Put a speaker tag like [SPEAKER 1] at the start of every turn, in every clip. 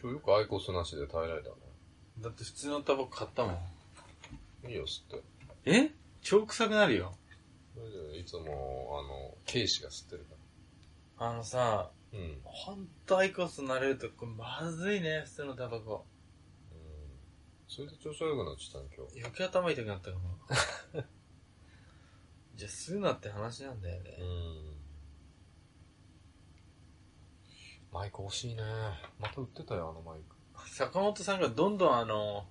[SPEAKER 1] 今日よくアイコスなしで耐えられた
[SPEAKER 2] だって普通のタバコ買ったもん。
[SPEAKER 1] ね。いいよ、吸って。
[SPEAKER 2] え超臭くなるよ。
[SPEAKER 1] 大丈夫いつも、あの、警視が吸ってるか
[SPEAKER 2] あのさ、
[SPEAKER 1] ら。うん。うん
[SPEAKER 2] ほんとアイコス慣れると、これまずいね、普通のタバコ。
[SPEAKER 1] それで調子悪くなっちゃったの、今日。
[SPEAKER 2] 余計頭痛くな ったかも。じゃあ吸うなって話なんだよね。
[SPEAKER 1] うん。マイク欲しいね。また売ってたよ、あのマイク。
[SPEAKER 2] 坂本さんがどんどんあの、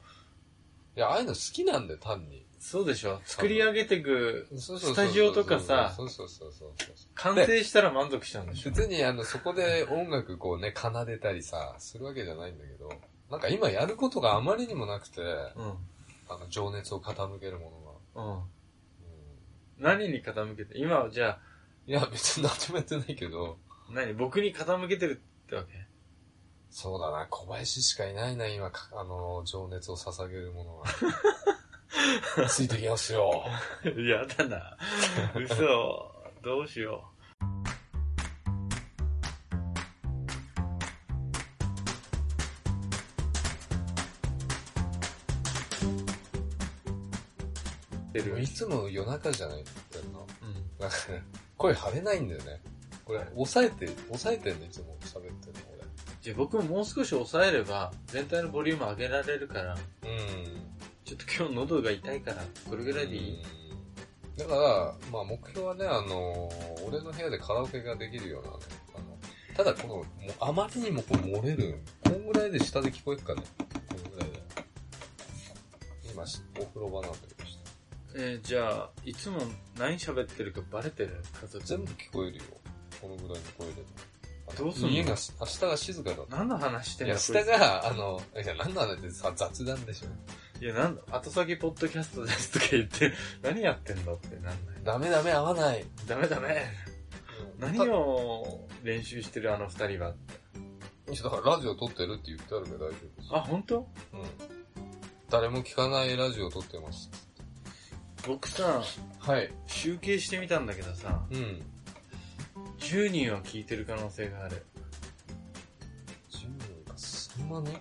[SPEAKER 1] いや、ああいうの好きなんだよ、単に。
[SPEAKER 2] そうでしょ作り上げてく、
[SPEAKER 1] そうそうそうそう
[SPEAKER 2] スタジオとかさ
[SPEAKER 1] そうそうそうそうそう。
[SPEAKER 2] 完成したら満足しちゃうんでしょ
[SPEAKER 1] 別にあの、そこで音楽こうね、奏でたりさ、するわけじゃないんだけど、なんか今やることがあまりにもなくて、
[SPEAKER 2] うん。
[SPEAKER 1] あの、情熱を傾けるものが。
[SPEAKER 2] うん。
[SPEAKER 1] う
[SPEAKER 2] 何に傾けて、今はじゃ
[SPEAKER 1] ん、いや、別に何ともやってないけど、
[SPEAKER 2] あ、何僕に傾けてるってわけ
[SPEAKER 1] そうだな、小林しかいないな、今、かあの、情熱を捧げるものが。ついてきますよ。
[SPEAKER 2] やだな。嘘。どうしよう。
[SPEAKER 1] もういつも夜中じゃないやるの。
[SPEAKER 2] うん。
[SPEAKER 1] なんかね、声張れないんだよね。これ、抑えて、抑えてんの、いつも喋ってるの、
[SPEAKER 2] じゃあ僕ももう少し抑えれば、全体のボリューム上げられるから、
[SPEAKER 1] 俺。うん。
[SPEAKER 2] ちょっと今日喉が痛いから、これぐらいでいい
[SPEAKER 1] うんだから、まあ目標はね、あのー俺の部屋でカラオケができるようなね、あの、ただこの、もうあまりにもこう漏れる、こんぐらいで下で聞こえるかね。こんぐらいで。今、しお風呂場なんだけど、下
[SPEAKER 2] えーじゃあ、いつも何喋ってるかバレてる家族
[SPEAKER 1] 全部聞こえるよ。このぐらいに聞こえるの。
[SPEAKER 2] どうすんの
[SPEAKER 1] 家が、あ下が静かだった。
[SPEAKER 2] 何の話して
[SPEAKER 1] い
[SPEAKER 2] んの
[SPEAKER 1] や、下が、あの、いや、なんなんだってさ、雑談でしょ。
[SPEAKER 2] いや、なん、後先ポッドキャストですとか言って、 何やってんだってなんない。
[SPEAKER 1] ダメダメ、合わない。
[SPEAKER 2] ダメダメ。何
[SPEAKER 1] を
[SPEAKER 2] を練習してるあの二人は。
[SPEAKER 1] だからラジオ撮ってるって言ってあるから大丈夫です。
[SPEAKER 2] あ、本当？
[SPEAKER 1] うん。誰も聞かないラジオを撮ってます。
[SPEAKER 2] 僕さ、
[SPEAKER 1] はい。
[SPEAKER 2] 集計してみたんだけどさ、
[SPEAKER 1] うん。
[SPEAKER 2] 10人は聞いてる可能性がある。
[SPEAKER 1] 10人がそんなに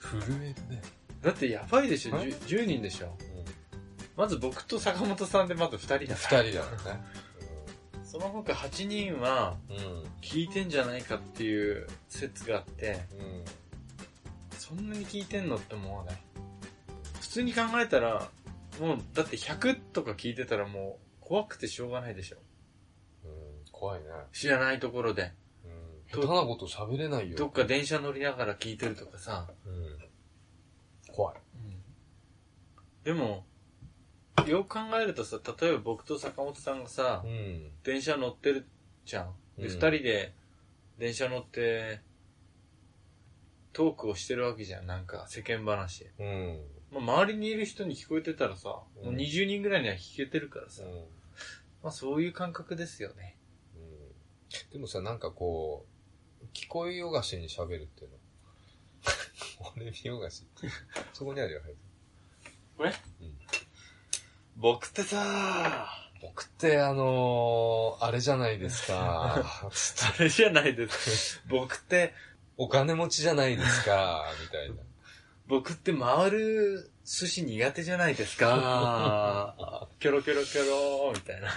[SPEAKER 1] 震えるね。
[SPEAKER 2] だってやばいでしょ、
[SPEAKER 1] え
[SPEAKER 2] 10, 10人でしょ。まず僕と坂本さんでまず2人だか
[SPEAKER 1] 二、人だからね。
[SPEAKER 2] ら。その他8人は
[SPEAKER 1] うん。うん。
[SPEAKER 2] 聞いてんじゃないかっていう説があって、
[SPEAKER 1] うん。
[SPEAKER 2] そんなに聞いてんのって思わない。普通に考えたら、もう、だって100とか聞いてたらもう、怖くてしょうがないでしょ。
[SPEAKER 1] うん、怖いね。
[SPEAKER 2] 知らないところで。
[SPEAKER 1] うん。下手なこと喋れないよ。
[SPEAKER 2] どっか電車乗りながら聞いてるとかさ。
[SPEAKER 1] うん。怖い。
[SPEAKER 2] でも、よく考えるとさ、例えば僕と坂本さんがさ
[SPEAKER 1] う、ん。
[SPEAKER 2] 電車乗ってるじゃん。で、
[SPEAKER 1] うん
[SPEAKER 2] 二人で電車乗って、トークをしてるわけじゃん。なんか世間話。
[SPEAKER 1] うん。うん。
[SPEAKER 2] まあ、周りにいる人に聞こえてたらさ、
[SPEAKER 1] うん
[SPEAKER 2] もう20人ぐらいには聞けてるからさ、まあそういう感覚ですよね。
[SPEAKER 1] うんでもさ、なんかこう、聞こえよがしに喋る っていうの。俺見よがし。そこにあるよ、はい。
[SPEAKER 2] 僕ってさ、
[SPEAKER 1] 僕って、あのーあれじゃないです か。
[SPEAKER 2] それじゃないです。 僕って、
[SPEAKER 1] お金持ちじゃないですか、みたいな。
[SPEAKER 2] 僕って回る寿司苦手じゃないですか。 キョロキョロキョローみたいな。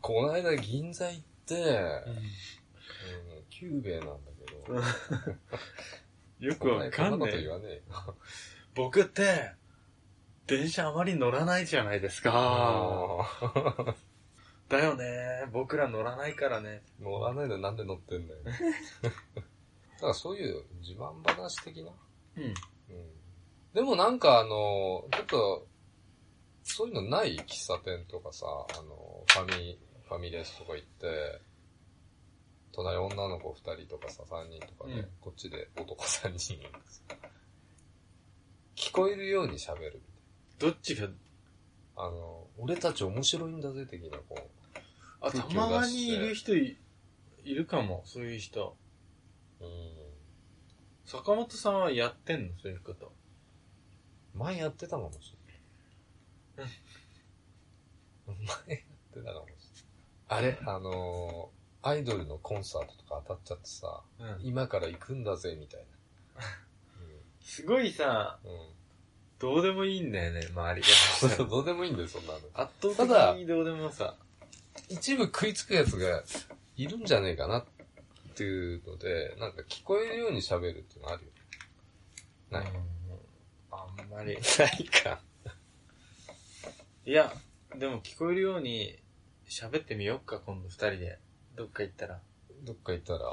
[SPEAKER 1] この間銀座行って、うん、キューベイなんだけど。
[SPEAKER 2] よくわか
[SPEAKER 1] こん
[SPEAKER 2] ん
[SPEAKER 1] な
[SPEAKER 2] な
[SPEAKER 1] こと
[SPEAKER 2] い
[SPEAKER 1] 言。わねえよ。
[SPEAKER 2] 僕って、電車あまり乗らないじゃないですか。だよね。僕ら乗らないからね。
[SPEAKER 1] うん 乗らないでなんで乗ってん だよ。だからそういう自慢話的な。
[SPEAKER 2] うん。
[SPEAKER 1] うんでもなんかあの、ちょっと、そういうのない喫茶店とかさ、あの、ファミ、ファミレスとか行って、隣女の子二人とかさ、三人とかね、
[SPEAKER 2] うん
[SPEAKER 1] こっちで男三人なんですよ聞こえるように喋る。
[SPEAKER 2] どっちが、
[SPEAKER 1] あの、俺たち面白いんだぜ、的な、こ
[SPEAKER 2] あ、
[SPEAKER 1] 空
[SPEAKER 2] た
[SPEAKER 1] 気を出して
[SPEAKER 2] まにいる人いいるかも。そういう人。
[SPEAKER 1] う。うん。
[SPEAKER 2] 坂本さんはやってんのそういうこと。
[SPEAKER 1] 前やってたかもしれない。前やってたかもしれない。あれあのアイドルのコンサートとか当たっちゃってさ、
[SPEAKER 2] うん。
[SPEAKER 1] 今から行くんだぜ、みたい
[SPEAKER 2] すごいさ、
[SPEAKER 1] な。うん。うん
[SPEAKER 2] どうでもいいんだよね、周 り
[SPEAKER 1] それ
[SPEAKER 2] が。
[SPEAKER 1] どうでもいいんだよ、そんなの。
[SPEAKER 2] 圧倒
[SPEAKER 1] ただ
[SPEAKER 2] 的にどうでもさ。
[SPEAKER 1] 一部食いつくやつがいるんじゃねえかなっていうので、なんか聞こえるように喋るっていうのあるよね。ない。
[SPEAKER 2] うんあんまり。
[SPEAKER 1] ないか。
[SPEAKER 2] いや、でも聞こえるように喋ってみよっか、今度二人で。どっか行ったら。
[SPEAKER 1] どっか行ったら、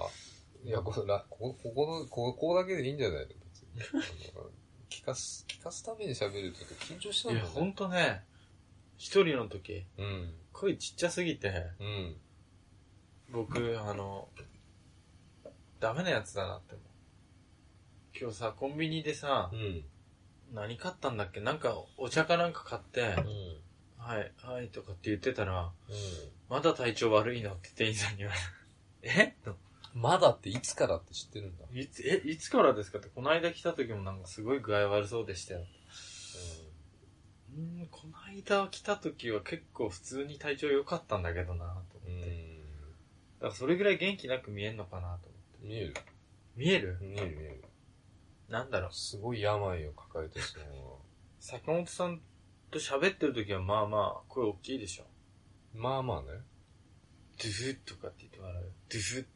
[SPEAKER 1] いや、ここらここここの、ここだけでいいんじゃないの別に。あの聞かす、聞かすために喋るって言うと緊張しちゃう
[SPEAKER 2] い
[SPEAKER 1] ん
[SPEAKER 2] や、
[SPEAKER 1] だよ
[SPEAKER 2] ほ
[SPEAKER 1] ね。
[SPEAKER 2] んとね、一人の時、
[SPEAKER 1] うん。
[SPEAKER 2] 声ちっちゃすぎて、
[SPEAKER 1] うん。
[SPEAKER 2] 僕、あの、ダメなやつだなって思う。今日さ、コンビニでさ
[SPEAKER 1] う、ん。
[SPEAKER 2] 何買ったんだっけなんか、お茶かなんか買って
[SPEAKER 1] う、ん。
[SPEAKER 2] はい、はい、とかって言ってたら、
[SPEAKER 1] うん。
[SPEAKER 2] まだ体調悪いのって店員さんに言われた。 えと
[SPEAKER 1] まだっていつからって知ってるんだ。
[SPEAKER 2] いつ、え、いつからですかって、この間来た時もなんかすごい具合悪そうでしたよ。うーん、この間来た時は結構普通に体調良かったんだけどなと
[SPEAKER 1] うん。
[SPEAKER 2] 思って。だからそれぐらい元気なく見えんのかなと思って。
[SPEAKER 1] 見える
[SPEAKER 2] 見える
[SPEAKER 1] 見える見える。
[SPEAKER 2] なんだろう。
[SPEAKER 1] すごい病を抱えてしまう。
[SPEAKER 2] 坂本さんと喋ってる時はまあまあ声大きいでしょ。
[SPEAKER 1] まあまあね。
[SPEAKER 2] ドゥフッとかって言って笑う。ドゥフッ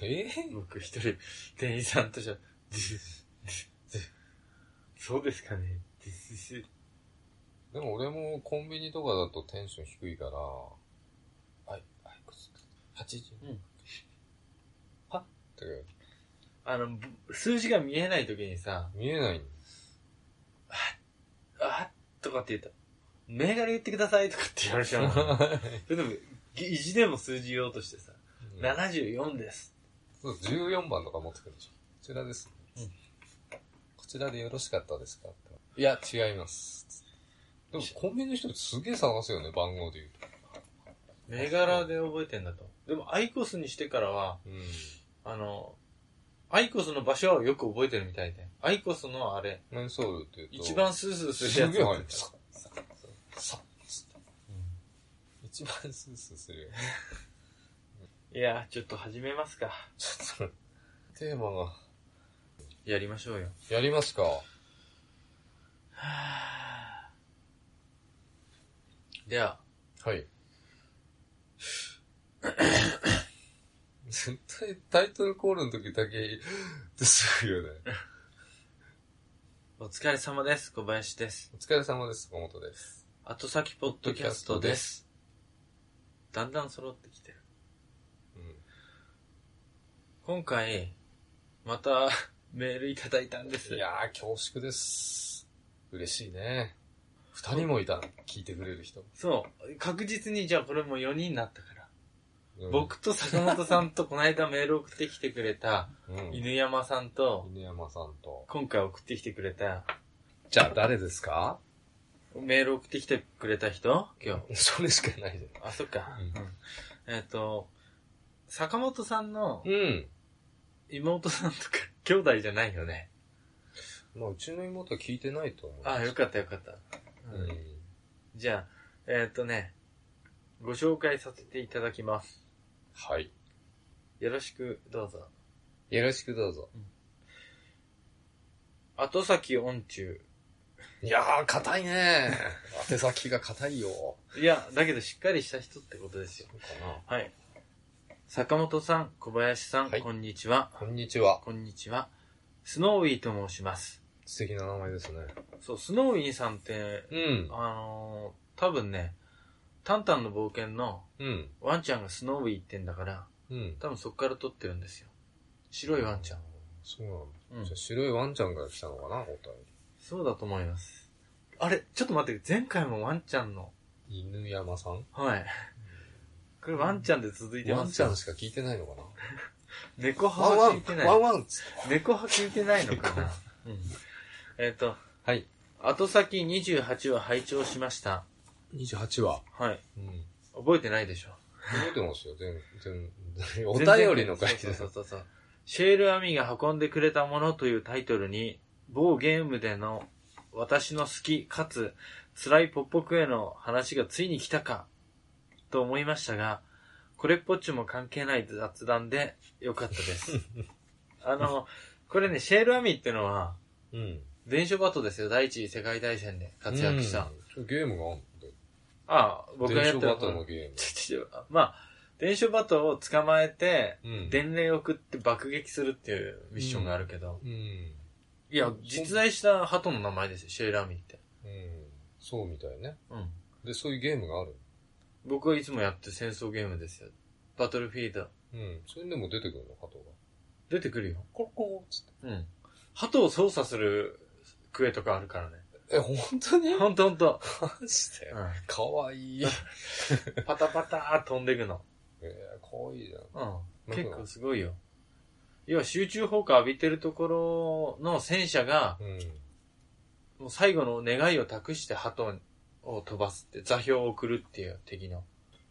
[SPEAKER 1] えー
[SPEAKER 2] 僕一人店員さんとしゃ、ドゥフッ、ドゥフッ。そうですかね。ドゥフッ。
[SPEAKER 1] でも俺もコンビニとかだとテンション低いから、はい、はい、くつ80。
[SPEAKER 2] うん。
[SPEAKER 1] はって
[SPEAKER 2] あの、ぶ数字が見えない時にさ、
[SPEAKER 1] 見えないん
[SPEAKER 2] あっとかって言ったら、銘柄言ってくださいとかって言われちゃう の。
[SPEAKER 1] だ。
[SPEAKER 2] それでも、ぎ意地でも数字言おうとしてさ、74です。
[SPEAKER 1] そう14番とか持ってくるでしょ。こちらです、
[SPEAKER 2] うん
[SPEAKER 1] こちらでよろしかったですかっていや、違います。でもコンビニの人すげえ探すよね、番号で言うと。
[SPEAKER 2] 銘柄で覚えてんだと。でも、アイコスにしてからは、
[SPEAKER 1] うん。
[SPEAKER 2] あの、アイコスの場所はよく覚えてるみたいで。アイコスのあれ、
[SPEAKER 1] メンソールって言うと。
[SPEAKER 2] 一番スースーするやつ
[SPEAKER 1] すげえ入る。
[SPEAKER 2] た
[SPEAKER 1] さ、さ、さ、一番スースーするよ。
[SPEAKER 2] いや、ちょっと始めますか。
[SPEAKER 1] ちょっと、テーマが。
[SPEAKER 2] やりましょうよ。
[SPEAKER 1] やりますか。
[SPEAKER 2] では、
[SPEAKER 1] はい。 絶対タイトルコールの時だけ、ですよね。
[SPEAKER 2] お疲れ様です。小林です。
[SPEAKER 1] お疲れ様です、小本です。
[SPEAKER 2] 後先ポッドキャストです。だんだん揃ってきてる。
[SPEAKER 1] うん。
[SPEAKER 2] 今回、また メールいただいたんです。
[SPEAKER 1] いやー、恐縮です。嬉しいね。二人もいた、聞いてくれる人。
[SPEAKER 2] そう。確実に、じゃあこれも4人になったから。
[SPEAKER 1] うん、
[SPEAKER 2] 僕と坂本さんとこの間メール送ってきてくれた
[SPEAKER 1] うん、犬
[SPEAKER 2] 犬山さんと、
[SPEAKER 1] 山さんと。
[SPEAKER 2] 今回送ってきてくれた、
[SPEAKER 1] じゃあ誰ですか
[SPEAKER 2] メール送ってきてくれた人今日。
[SPEAKER 1] それしかないじ
[SPEAKER 2] あ、そっか。
[SPEAKER 1] うん
[SPEAKER 2] うんえっと、坂本さんの
[SPEAKER 1] ゃん。うん。
[SPEAKER 2] 妹さんとか、 兄弟じゃないよね。
[SPEAKER 1] まあ、うちの妹は聞いてないと思う。
[SPEAKER 2] あ、よかったよかった。
[SPEAKER 1] う
[SPEAKER 2] うん
[SPEAKER 1] ん。
[SPEAKER 2] じゃあ、えっとね、ご紹介させていただきます。
[SPEAKER 1] はい。
[SPEAKER 2] よろしく、どうぞ。
[SPEAKER 1] よろしくどうぞ。
[SPEAKER 2] 後先音中。
[SPEAKER 1] いやー、硬いね ー。宛先が硬いよ。
[SPEAKER 2] いや、だけどしっかりした人ってことですよ。はい。坂本さん、小林さん、
[SPEAKER 1] はい
[SPEAKER 2] こんにちは。
[SPEAKER 1] こんにちは。
[SPEAKER 2] こんにちは。スノーウィーと申します。
[SPEAKER 1] 素敵な名前ですね。
[SPEAKER 2] そう、スノーウィーさんって、
[SPEAKER 1] うん。
[SPEAKER 2] あのー多分ね、タンタンの冒険の
[SPEAKER 1] うん。
[SPEAKER 2] ワンちゃんがスノーウィーってんだから、
[SPEAKER 1] うん。
[SPEAKER 2] 多分そっから撮ってるんですよ。白いワンちゃん。。
[SPEAKER 1] そうなんだ。
[SPEAKER 2] うん
[SPEAKER 1] じゃあ白いワンちゃんから来たのかな、お便
[SPEAKER 2] そうだと思います。あれ、ちょっと待って、前回もワンちゃんの、
[SPEAKER 1] り。犬山さん
[SPEAKER 2] はい。これワンちゃんで続いて
[SPEAKER 1] ワ
[SPEAKER 2] ま
[SPEAKER 1] ン
[SPEAKER 2] す
[SPEAKER 1] ち
[SPEAKER 2] よ。
[SPEAKER 1] ゃんしか聞いてないのかな
[SPEAKER 2] 猫派は聞いてない。
[SPEAKER 1] ワンワンっつって
[SPEAKER 2] 猫派聞いてないのかな。うんえっ、と、
[SPEAKER 1] はい。
[SPEAKER 2] 後先28は拝聴しました。
[SPEAKER 1] 28話。
[SPEAKER 2] はい。
[SPEAKER 1] うん。
[SPEAKER 2] 覚えてないでしょ。
[SPEAKER 1] 覚えてますよ、全、全、お便りの回
[SPEAKER 2] 全然
[SPEAKER 1] で
[SPEAKER 2] そうそうそうそう。シェール・アミが運んでくれたものというタイトルに、某ゲームでの私の好きかつ辛いポッポクへの話がついに来たかと思いましたが、これっぽっちも関係ない雑談でよかった です。あの、これね、シェールアミーってのは、
[SPEAKER 1] うん。
[SPEAKER 2] 伝書バトですよ。第一次世界大戦で活躍した。
[SPEAKER 1] うん。ゲームがあんだよ。
[SPEAKER 2] ああ、僕がやって
[SPEAKER 1] 電
[SPEAKER 2] る
[SPEAKER 1] 書バトルのゲ
[SPEAKER 2] ちょちょまあ、伝書バトを捕まえて、
[SPEAKER 1] ーム。うん。
[SPEAKER 2] 伝令を送って爆撃するっていうミッションがあるけど。
[SPEAKER 1] うん。
[SPEAKER 2] いや、実在した鳩の名前ですよ、シェールアミーって。
[SPEAKER 1] うん。そうみたいね。
[SPEAKER 2] うん。
[SPEAKER 1] で、そういうゲームがある。
[SPEAKER 2] 僕はいつもやってる戦争ゲームですよ。バトルフィード。
[SPEAKER 1] うん。それでも出てくるの、加藤が。
[SPEAKER 2] 出てくるよ。
[SPEAKER 1] コロコロっつっ
[SPEAKER 2] うん。鳩を操作するクエとかあるからね。
[SPEAKER 1] て。え、本当に
[SPEAKER 2] ほんとほんと。
[SPEAKER 1] マジで
[SPEAKER 2] う
[SPEAKER 1] かわいい。
[SPEAKER 2] ん。パタパター飛んでくの。
[SPEAKER 1] えー、かわいいじゃん。
[SPEAKER 2] う
[SPEAKER 1] な
[SPEAKER 2] ん。
[SPEAKER 1] ん
[SPEAKER 2] 結
[SPEAKER 1] か
[SPEAKER 2] 構すごいよ。要は集中砲火浴びてるところの戦車が、
[SPEAKER 1] うん。
[SPEAKER 2] もう最後の願いを託して鳩を飛ばすって、座標を送るっていう敵の。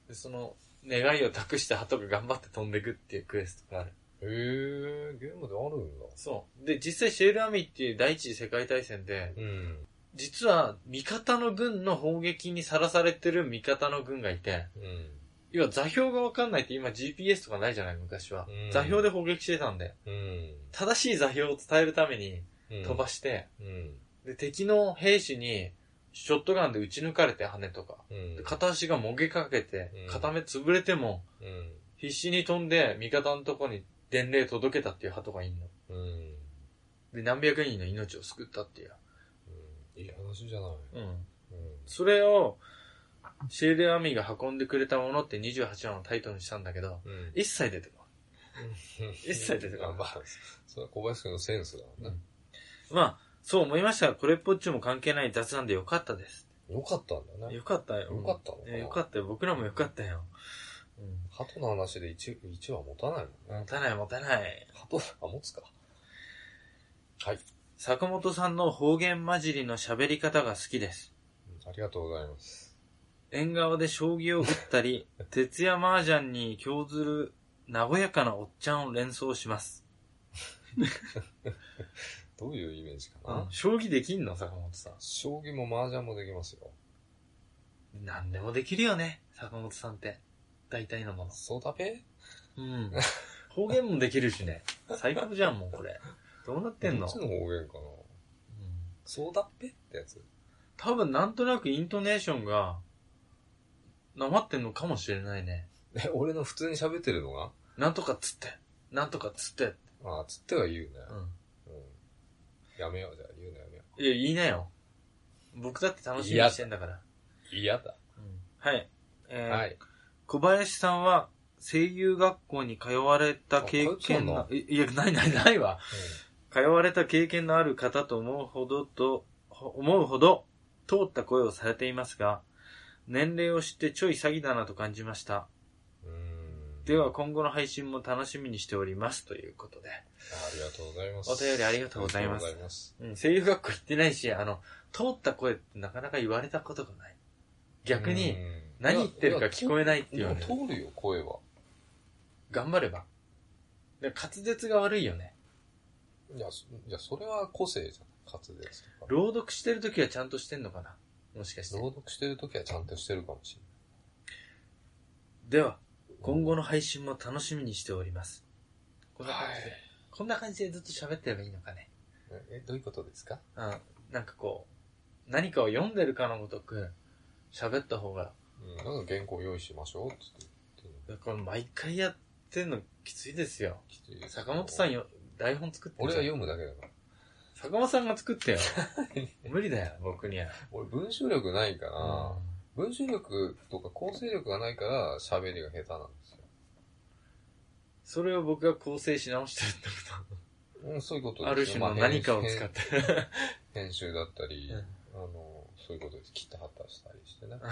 [SPEAKER 2] で、その、願いを託して鳩が頑張って飛んでくっていうクエストがある。
[SPEAKER 1] えー、ゲームであるんだ。
[SPEAKER 2] そう。で、実際シェールアミーっていう第一次世界大戦で、
[SPEAKER 1] うん。
[SPEAKER 2] 実は味方の軍の砲撃にさらされてる味方の軍がいて、
[SPEAKER 1] うん。
[SPEAKER 2] 要は座標がわかんないって今 GPS とかないじゃない昔は
[SPEAKER 1] うん。
[SPEAKER 2] 座標で砲撃してたんで。
[SPEAKER 1] うん。
[SPEAKER 2] 正しい座標を伝えるために飛ば
[SPEAKER 1] し、
[SPEAKER 2] して、
[SPEAKER 1] うん。
[SPEAKER 2] で、敵の兵士にショットガンで撃ち抜かれて羽とか、
[SPEAKER 1] うん
[SPEAKER 2] で。片足がもげかけて
[SPEAKER 1] うん、
[SPEAKER 2] 片目潰れても、
[SPEAKER 1] うん。
[SPEAKER 2] 必死に飛んで味方のとこに伝令届けたっていう鳩がいんの。
[SPEAKER 1] うん。
[SPEAKER 2] で、何百人の命を救ったっていう。
[SPEAKER 1] いい話じゃない。
[SPEAKER 2] うん。
[SPEAKER 1] う
[SPEAKER 2] それを、シェールアミーが運んでくれたものって28話のタイトルにしたんだけど、
[SPEAKER 1] ん。うん。
[SPEAKER 2] 一切出てこ一切出てこな
[SPEAKER 1] あ
[SPEAKER 2] い
[SPEAKER 1] まあ、それは小林くんのセンスだもんね。
[SPEAKER 2] ない。まあ、そう思いましたが、これっぽっちも関係ない雑談でよかったです。
[SPEAKER 1] よかったんだね。
[SPEAKER 2] よかったよ。
[SPEAKER 1] よかったのかな
[SPEAKER 2] えよかったよ。僕らもよかったよ。うん。
[SPEAKER 1] 鳩の話で 1, 一話持たないもん
[SPEAKER 2] 持
[SPEAKER 1] ね。
[SPEAKER 2] たない持たない。
[SPEAKER 1] 鳩、あ、持つか。はい。
[SPEAKER 2] 坂本さんの方言混じりの喋り方が好きです。
[SPEAKER 1] うんありがとうございます。
[SPEAKER 2] 縁側で将棋を打った り、徹夜麻雀に興ずる和やかなおっちゃんを連想します。
[SPEAKER 1] どういうイメージかな、
[SPEAKER 2] 将棋できんの坂本さん。
[SPEAKER 1] 将棋も麻雀もできますよ。
[SPEAKER 2] 何でもできるよね、坂本さんって。大体のもの。
[SPEAKER 1] そうだべ
[SPEAKER 2] うん。方言もできるしね。最高じゃん、もうこれ。どうなってん
[SPEAKER 1] ど
[SPEAKER 2] の
[SPEAKER 1] っちの方言かな
[SPEAKER 2] うん
[SPEAKER 1] そうだっぺってやつ。
[SPEAKER 2] 多分なんとなくイントネーションが、なまってんのかもしれないね。
[SPEAKER 1] え、俺の普通に喋ってるのが
[SPEAKER 2] なんとかっつって、なんとかっつって。
[SPEAKER 1] あつっては言うね。う
[SPEAKER 2] う
[SPEAKER 1] ん。やめよう、じゃあ言うのやめよ
[SPEAKER 2] ん。いや、言いなよ。僕だって楽しみにしてんだから。
[SPEAKER 1] う。嫌だ。
[SPEAKER 2] うんはい。えー
[SPEAKER 1] はい。
[SPEAKER 2] 小林さんは声優学校に通われた経験
[SPEAKER 1] あ
[SPEAKER 2] の、いいや、ないないないわ。通われた経験のある方と思うほどと、ほ思うほど通った声をされていますが、年齢を知ってちょい詐欺だなと感じました。
[SPEAKER 1] うん。
[SPEAKER 2] では今後の配信も楽しみにしておりますということで。
[SPEAKER 1] ありがとうございます。
[SPEAKER 2] お便りありがとうございます
[SPEAKER 1] ありがとうございます。
[SPEAKER 2] うん、声優学校行ってないし、あの、通った声ってなかなか言われたことがない。逆
[SPEAKER 1] う
[SPEAKER 2] に、
[SPEAKER 1] ん、
[SPEAKER 2] 何言ってるか聞こえないって
[SPEAKER 1] い
[SPEAKER 2] い
[SPEAKER 1] や
[SPEAKER 2] う
[SPEAKER 1] いや
[SPEAKER 2] ね
[SPEAKER 1] 通。通るよ、声は。
[SPEAKER 2] 頑張れば。で滑舌が悪いよね。
[SPEAKER 1] いや、そいや、それは個性じゃん。活動です とか。
[SPEAKER 2] 朗読してる時はちゃんとしてんのかなもしかして。
[SPEAKER 1] 朗読してるときはちゃんとしてるかもし
[SPEAKER 2] では、今後の配信も楽しみにしております。こ
[SPEAKER 1] れ
[SPEAKER 2] ん
[SPEAKER 1] な。
[SPEAKER 2] ない感じで、こんな感じでずっと喋ってればいいのかね。
[SPEAKER 1] はい。え、どういうことですか
[SPEAKER 2] うん。なんかこう、何かを読んでるかのごとく、喋った方が、
[SPEAKER 1] うん。なんか原稿用意しましょうって言ってるの。
[SPEAKER 2] これ毎回やってんのきついですよ。
[SPEAKER 1] きついです
[SPEAKER 2] 坂本さんよ、台本作って
[SPEAKER 1] 俺は
[SPEAKER 2] よ。
[SPEAKER 1] 読むだけだから。
[SPEAKER 2] 坂本さんが作ってよ。無理だよ、僕には。
[SPEAKER 1] 俺文章力ないから、
[SPEAKER 2] う
[SPEAKER 1] 文章力とか構成力がないから喋りが下手なんですよ。
[SPEAKER 2] んそれを僕が構成し直してるってこ
[SPEAKER 1] うん、そういうこと
[SPEAKER 2] と。
[SPEAKER 1] です。
[SPEAKER 2] ある種の何かを使って て。
[SPEAKER 1] 編編集だったり、あ
[SPEAKER 2] うん
[SPEAKER 1] の、そういうことです。切ったはったしたりしてね。こ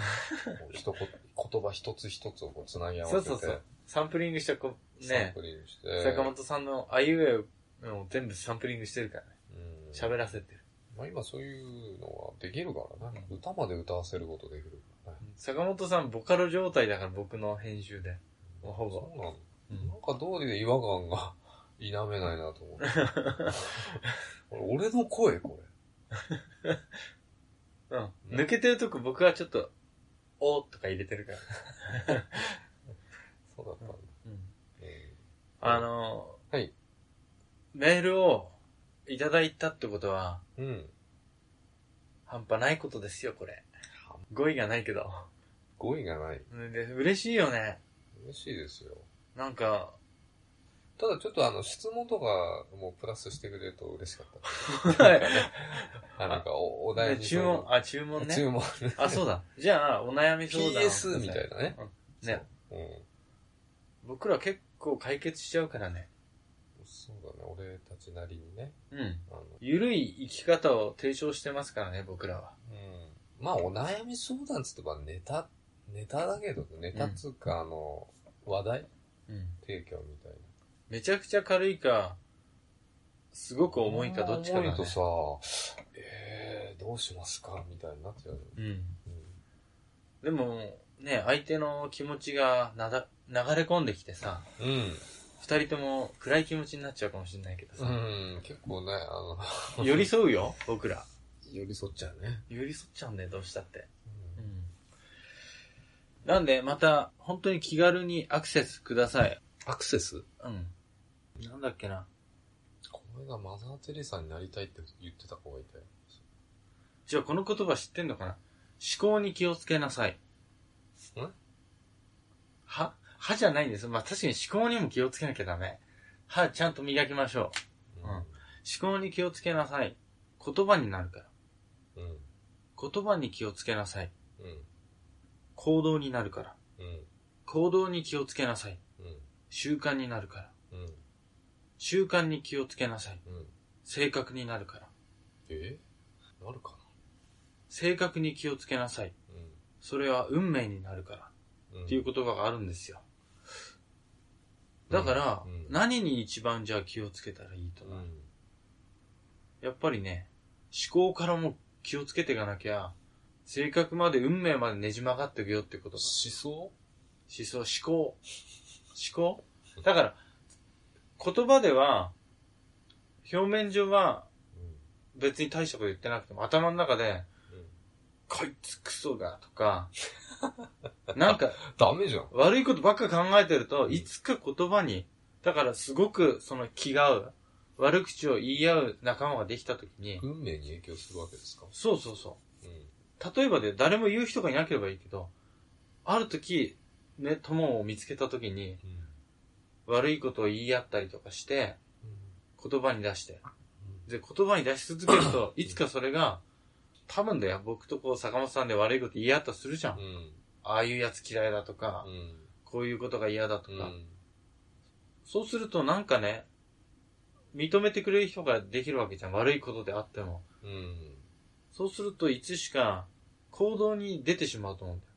[SPEAKER 1] う一言言葉一つ一つをこう繋ぎ合わせ
[SPEAKER 2] そう
[SPEAKER 1] て、
[SPEAKER 2] そうそう。サンプリングしたこう
[SPEAKER 1] サン
[SPEAKER 2] ね、
[SPEAKER 1] プリングして、
[SPEAKER 2] 坂本さんのあいうえおを全部サンプリングしてるからね。
[SPEAKER 1] うん
[SPEAKER 2] 喋らせてる。
[SPEAKER 1] まあ今そういうのはできるからね。歌まで歌わせることできるからね。
[SPEAKER 2] 坂本さん、ボカロ状態だから僕の編集で。うんほぼ
[SPEAKER 1] そうなの。なんか道理で違和感が 否めないなと思って。俺の声こ
[SPEAKER 2] うん。
[SPEAKER 1] うん
[SPEAKER 2] 抜けてるとこ僕はちょっと、おーとか入れてるから。
[SPEAKER 1] れ。そうだったんだ。
[SPEAKER 2] うん
[SPEAKER 1] え
[SPEAKER 2] あの、
[SPEAKER 1] はい。
[SPEAKER 2] メールをいただいたってことは、
[SPEAKER 1] ーうん。
[SPEAKER 2] 半端ないことですよ、これ。語彙がないけど。
[SPEAKER 1] 語彙がない。
[SPEAKER 2] で嬉しいよね。
[SPEAKER 1] 嬉しいですよ。
[SPEAKER 2] なんか、
[SPEAKER 1] ただちょっとあの、質問とかもプラスしてくれると嬉しかった。あなんかお、お題
[SPEAKER 2] ね
[SPEAKER 1] に
[SPEAKER 2] 注文、あ、注文ね。
[SPEAKER 1] 注文。
[SPEAKER 2] あ、そうだ。じゃあ、お悩み相談。
[SPEAKER 1] PS みたいなね。
[SPEAKER 2] な。ね。
[SPEAKER 1] うん。
[SPEAKER 2] 僕ら結構解決しちゃうからね。
[SPEAKER 1] そうだね。俺たちなりにね。
[SPEAKER 2] うん。
[SPEAKER 1] あの、
[SPEAKER 2] ゆるい生き方を提唱してますからね、僕らは。
[SPEAKER 1] うん。まあ、お悩み相談つってばネタ、ネタだけど、ネタつうか、あの、話題
[SPEAKER 2] うん。
[SPEAKER 1] 提供みたいな。
[SPEAKER 2] めちゃくちゃ軽いか、すごく重いかどっちかだね。
[SPEAKER 1] 重いとさ、えー、どうしますかみたいになっちゃうよね。
[SPEAKER 2] うん。
[SPEAKER 1] うん
[SPEAKER 2] でも、ね、相手の気持ちがなだ、流れ込んできてさ、二人とも暗い気持ちになっちゃうかもしれないけど
[SPEAKER 1] う
[SPEAKER 2] さ、
[SPEAKER 1] ん。うん。結構ね、あの、
[SPEAKER 2] 寄り添うよ、僕ら。
[SPEAKER 1] 寄り添っちゃうね。
[SPEAKER 2] 寄り添っちゃうんだよ、どうしたって。
[SPEAKER 1] うん
[SPEAKER 2] なんで、また、本当に気軽にアクセスください。
[SPEAKER 1] アクセス
[SPEAKER 2] うん。なんだっけな。
[SPEAKER 1] この間マザー・テレサになりたいって言ってた子がいたよ。
[SPEAKER 2] じゃあこの言葉知ってんのかな思考に気をつけなさい。
[SPEAKER 1] ん
[SPEAKER 2] は歯じゃないんです。まあ、確かに思考にも気をつけなきゃダメ。歯ちゃんと磨きましょう。思考に気をつけなさい。言葉になるから。
[SPEAKER 1] うん。うん。
[SPEAKER 2] 言葉に気をつけなさい。
[SPEAKER 1] うん。
[SPEAKER 2] 行動になるから。
[SPEAKER 1] うん。
[SPEAKER 2] 行動に気をつけなさい。
[SPEAKER 1] うん。
[SPEAKER 2] 習慣になるから。
[SPEAKER 1] うん。
[SPEAKER 2] 習慣に気をつけなさい。
[SPEAKER 1] うん。
[SPEAKER 2] 正確になるから。
[SPEAKER 1] えなるか
[SPEAKER 2] 正確に気をつけなさい。
[SPEAKER 1] な
[SPEAKER 2] それは運命になるから。
[SPEAKER 1] うん。ん
[SPEAKER 2] っていう言葉があるんですよ。だから、
[SPEAKER 1] うんうん
[SPEAKER 2] 何に一番じゃあ気をつけたらいいと
[SPEAKER 1] う
[SPEAKER 2] 思う。
[SPEAKER 1] ん。
[SPEAKER 2] やっぱりね、思考からも気をつけていかなきゃ、性格まで運命までねじ曲がっていくよってこと
[SPEAKER 1] 思
[SPEAKER 2] が。
[SPEAKER 1] 想
[SPEAKER 2] 思想、思考。思考だから、言葉では、表面上は
[SPEAKER 1] う
[SPEAKER 2] 別に大したこと言ってなくても、頭の中で、
[SPEAKER 1] ん。うん。
[SPEAKER 2] こいつクソが とか、なんか、
[SPEAKER 1] ダメじゃん。
[SPEAKER 2] 悪いことばっか考えてると、いつか言葉に、だからすごくその気が合う、悪口を言い合う仲間ができたときに、
[SPEAKER 1] 運命に影響するわけですか
[SPEAKER 2] そうそうそ
[SPEAKER 1] うん。
[SPEAKER 2] う。例えばで誰も言う人がいなければいいけど、ある時、ね、友を見つけたときに、
[SPEAKER 1] うん。
[SPEAKER 2] 悪いことを言い合ったりとかして、言葉に出して。で、言葉に出し続けると、いつかそれが、多分だよ、僕とこう、坂本さんで悪いこと言い合ったとするじゃん。
[SPEAKER 1] うん。
[SPEAKER 2] ああいうやつ嫌いだとか
[SPEAKER 1] う、ん。
[SPEAKER 2] こういうことが嫌だと
[SPEAKER 1] う
[SPEAKER 2] か。
[SPEAKER 1] ん。
[SPEAKER 2] そうするとなんかね、認めてくれる人ができるわけじゃん。悪いことであっても。
[SPEAKER 1] うん。
[SPEAKER 2] そうするといつしか行動に出てしまうと思うんだよ。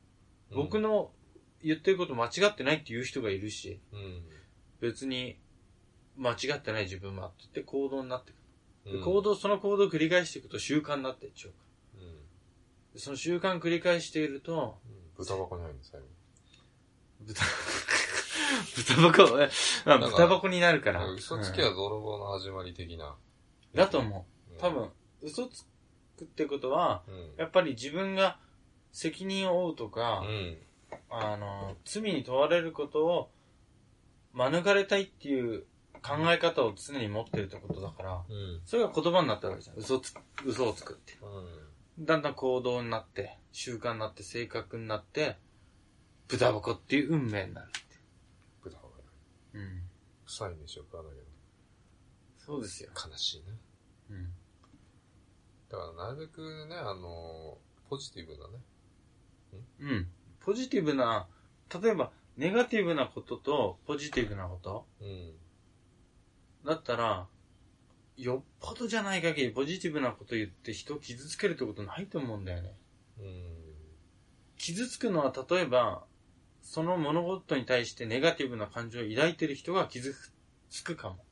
[SPEAKER 2] 僕。の言ってること間違ってないっていう人がいるし、
[SPEAKER 1] うん。
[SPEAKER 2] 別に間違ってない自分もあってって行動になってくる。で
[SPEAKER 1] うん
[SPEAKER 2] 行。動、その行動を繰り返していくと習慣になっていっちゃうから
[SPEAKER 1] うん。
[SPEAKER 2] でその習慣繰り返していると、
[SPEAKER 1] うん豚箱に入るの最後。
[SPEAKER 2] 豚、豚箱、えまあ
[SPEAKER 1] なんか
[SPEAKER 2] 豚箱になるから。
[SPEAKER 1] 嘘つきは泥棒の始まり的な。
[SPEAKER 2] うんだと思
[SPEAKER 1] う
[SPEAKER 2] う。多。分、嘘つくってことは、
[SPEAKER 1] うん。
[SPEAKER 2] やっぱり自分が責任を負うとか、
[SPEAKER 1] うん。
[SPEAKER 2] あの、罪に問われることを免れたいっていう考え方を常に持ってるってことだから、
[SPEAKER 1] うん。
[SPEAKER 2] それが言葉になったわけじゃん。嘘つ、嘘をつくって。
[SPEAKER 1] うん。
[SPEAKER 2] だんだん行動になって、習慣になって、性格になって、豚箱っていう運命になる
[SPEAKER 1] 豚箱に入る。
[SPEAKER 2] って。うん。
[SPEAKER 1] 臭いでしょ、かだけど。
[SPEAKER 2] そうですよ。
[SPEAKER 1] 悲しいね。
[SPEAKER 2] うん。
[SPEAKER 1] だから、なるべくね、あの、ポジティブなね。
[SPEAKER 2] うん。ポジティブな、例えば、ネガティブなことと、ポジティブなこと、
[SPEAKER 1] うん。
[SPEAKER 2] だったら、よっぽどじゃない限りポジティブなこと言って人を傷つけるってことないと思うんだよね。
[SPEAKER 1] うん。
[SPEAKER 2] 傷つくのは例えば、その物事に対してネガティブな感情を抱いてる人が傷つくかも。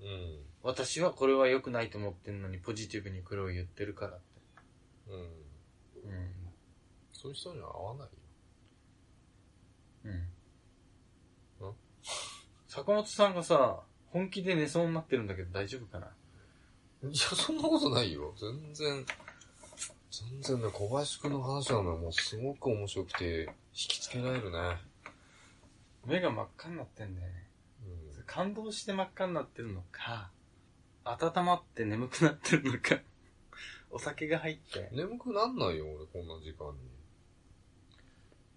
[SPEAKER 1] うん。
[SPEAKER 2] 私はこれは良くないと思ってんのにポジティブにこれを言ってるからって。
[SPEAKER 1] うん。
[SPEAKER 2] う
[SPEAKER 1] そういう人には合わないよ。
[SPEAKER 2] ん。うん
[SPEAKER 1] ん。
[SPEAKER 2] 坂本さんがさ、本気で寝そうになってるんだけど大丈夫かない
[SPEAKER 1] や、そんなことないよ。全然、全然ね、小林くんの話なのよもうすごく面白くて、引きつけられるね。
[SPEAKER 2] 目が真っ赤になってんだよね。
[SPEAKER 1] うん
[SPEAKER 2] 感動して真っ赤になってるのか、温まって眠くなってるのか、 お酒が入って。
[SPEAKER 1] 眠くなんないよ、俺、こんな時間に。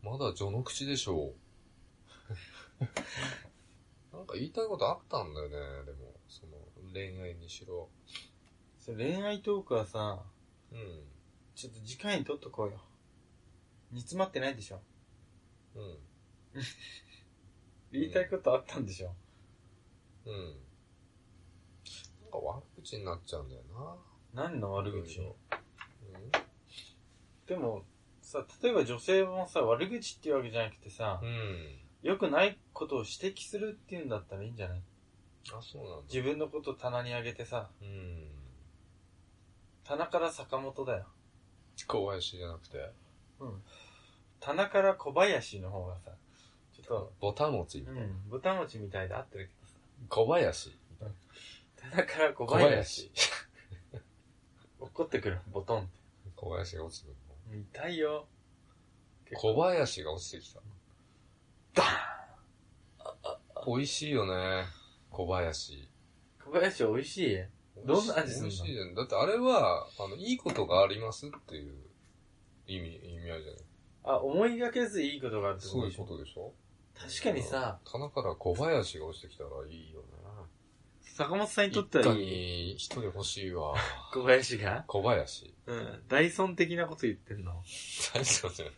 [SPEAKER 1] まだ序の口でしょう。なんか言いたいことあったんだよね、でも。その、恋愛にしろ。
[SPEAKER 2] それ恋愛トークはさ、
[SPEAKER 1] うん。
[SPEAKER 2] ちょっと次回に取っとこうよ。煮詰まってないでしょ。
[SPEAKER 1] うん。
[SPEAKER 2] 言いたいことあったんでしょ。
[SPEAKER 1] うん。なんか悪口になっちゃうんだよな。
[SPEAKER 2] 何の悪
[SPEAKER 1] い
[SPEAKER 2] 口
[SPEAKER 1] ろい
[SPEAKER 2] を。
[SPEAKER 1] ろ
[SPEAKER 2] でも、さ、例えば女性もさ、悪口っていうわけじゃなくてさ
[SPEAKER 1] う、ん。うん。
[SPEAKER 2] 良くないことを指摘するっていうんだったらいいんじゃない
[SPEAKER 1] あ、そうなんだ。
[SPEAKER 2] 自分のこと棚に上げてさ、
[SPEAKER 1] うん。
[SPEAKER 2] 棚から坂本だよ。
[SPEAKER 1] 小林じゃなくて、
[SPEAKER 2] うん。棚から小林の方がさ、ちょっと、
[SPEAKER 1] ボタン持ちみ
[SPEAKER 2] う
[SPEAKER 1] たいな。
[SPEAKER 2] ん、豚餅みたいで合ってる
[SPEAKER 1] 小林。
[SPEAKER 2] けどさ。棚から小林。怒ってくる、ボトンって。
[SPEAKER 1] 小林が落ちてくるの。
[SPEAKER 2] 痛いよ。
[SPEAKER 1] 小林が落ちてきた。
[SPEAKER 2] ダ
[SPEAKER 1] 美味しいよね。小林。
[SPEAKER 2] ーン小林美味しいどんな味すん
[SPEAKER 1] 美
[SPEAKER 2] の
[SPEAKER 1] 味しいじゃん。だってあれは、あの、いいことがありますっていう意味、意味合いじゃない。
[SPEAKER 2] あ、思いがけずいいことがあるって
[SPEAKER 1] そうい
[SPEAKER 2] ことで
[SPEAKER 1] う
[SPEAKER 2] し
[SPEAKER 1] こ
[SPEAKER 2] ょ
[SPEAKER 1] とでしょ
[SPEAKER 2] 確かにさ、、
[SPEAKER 1] 棚から小林が落ちてきたらいいよね。
[SPEAKER 2] 坂本さんにと
[SPEAKER 1] 一
[SPEAKER 2] って
[SPEAKER 1] 家
[SPEAKER 2] は
[SPEAKER 1] に一人欲しいわ。
[SPEAKER 2] 小林が
[SPEAKER 1] 小林。
[SPEAKER 2] うん、ダイソン的なこと言ってんの。
[SPEAKER 1] 大丈夫じゃない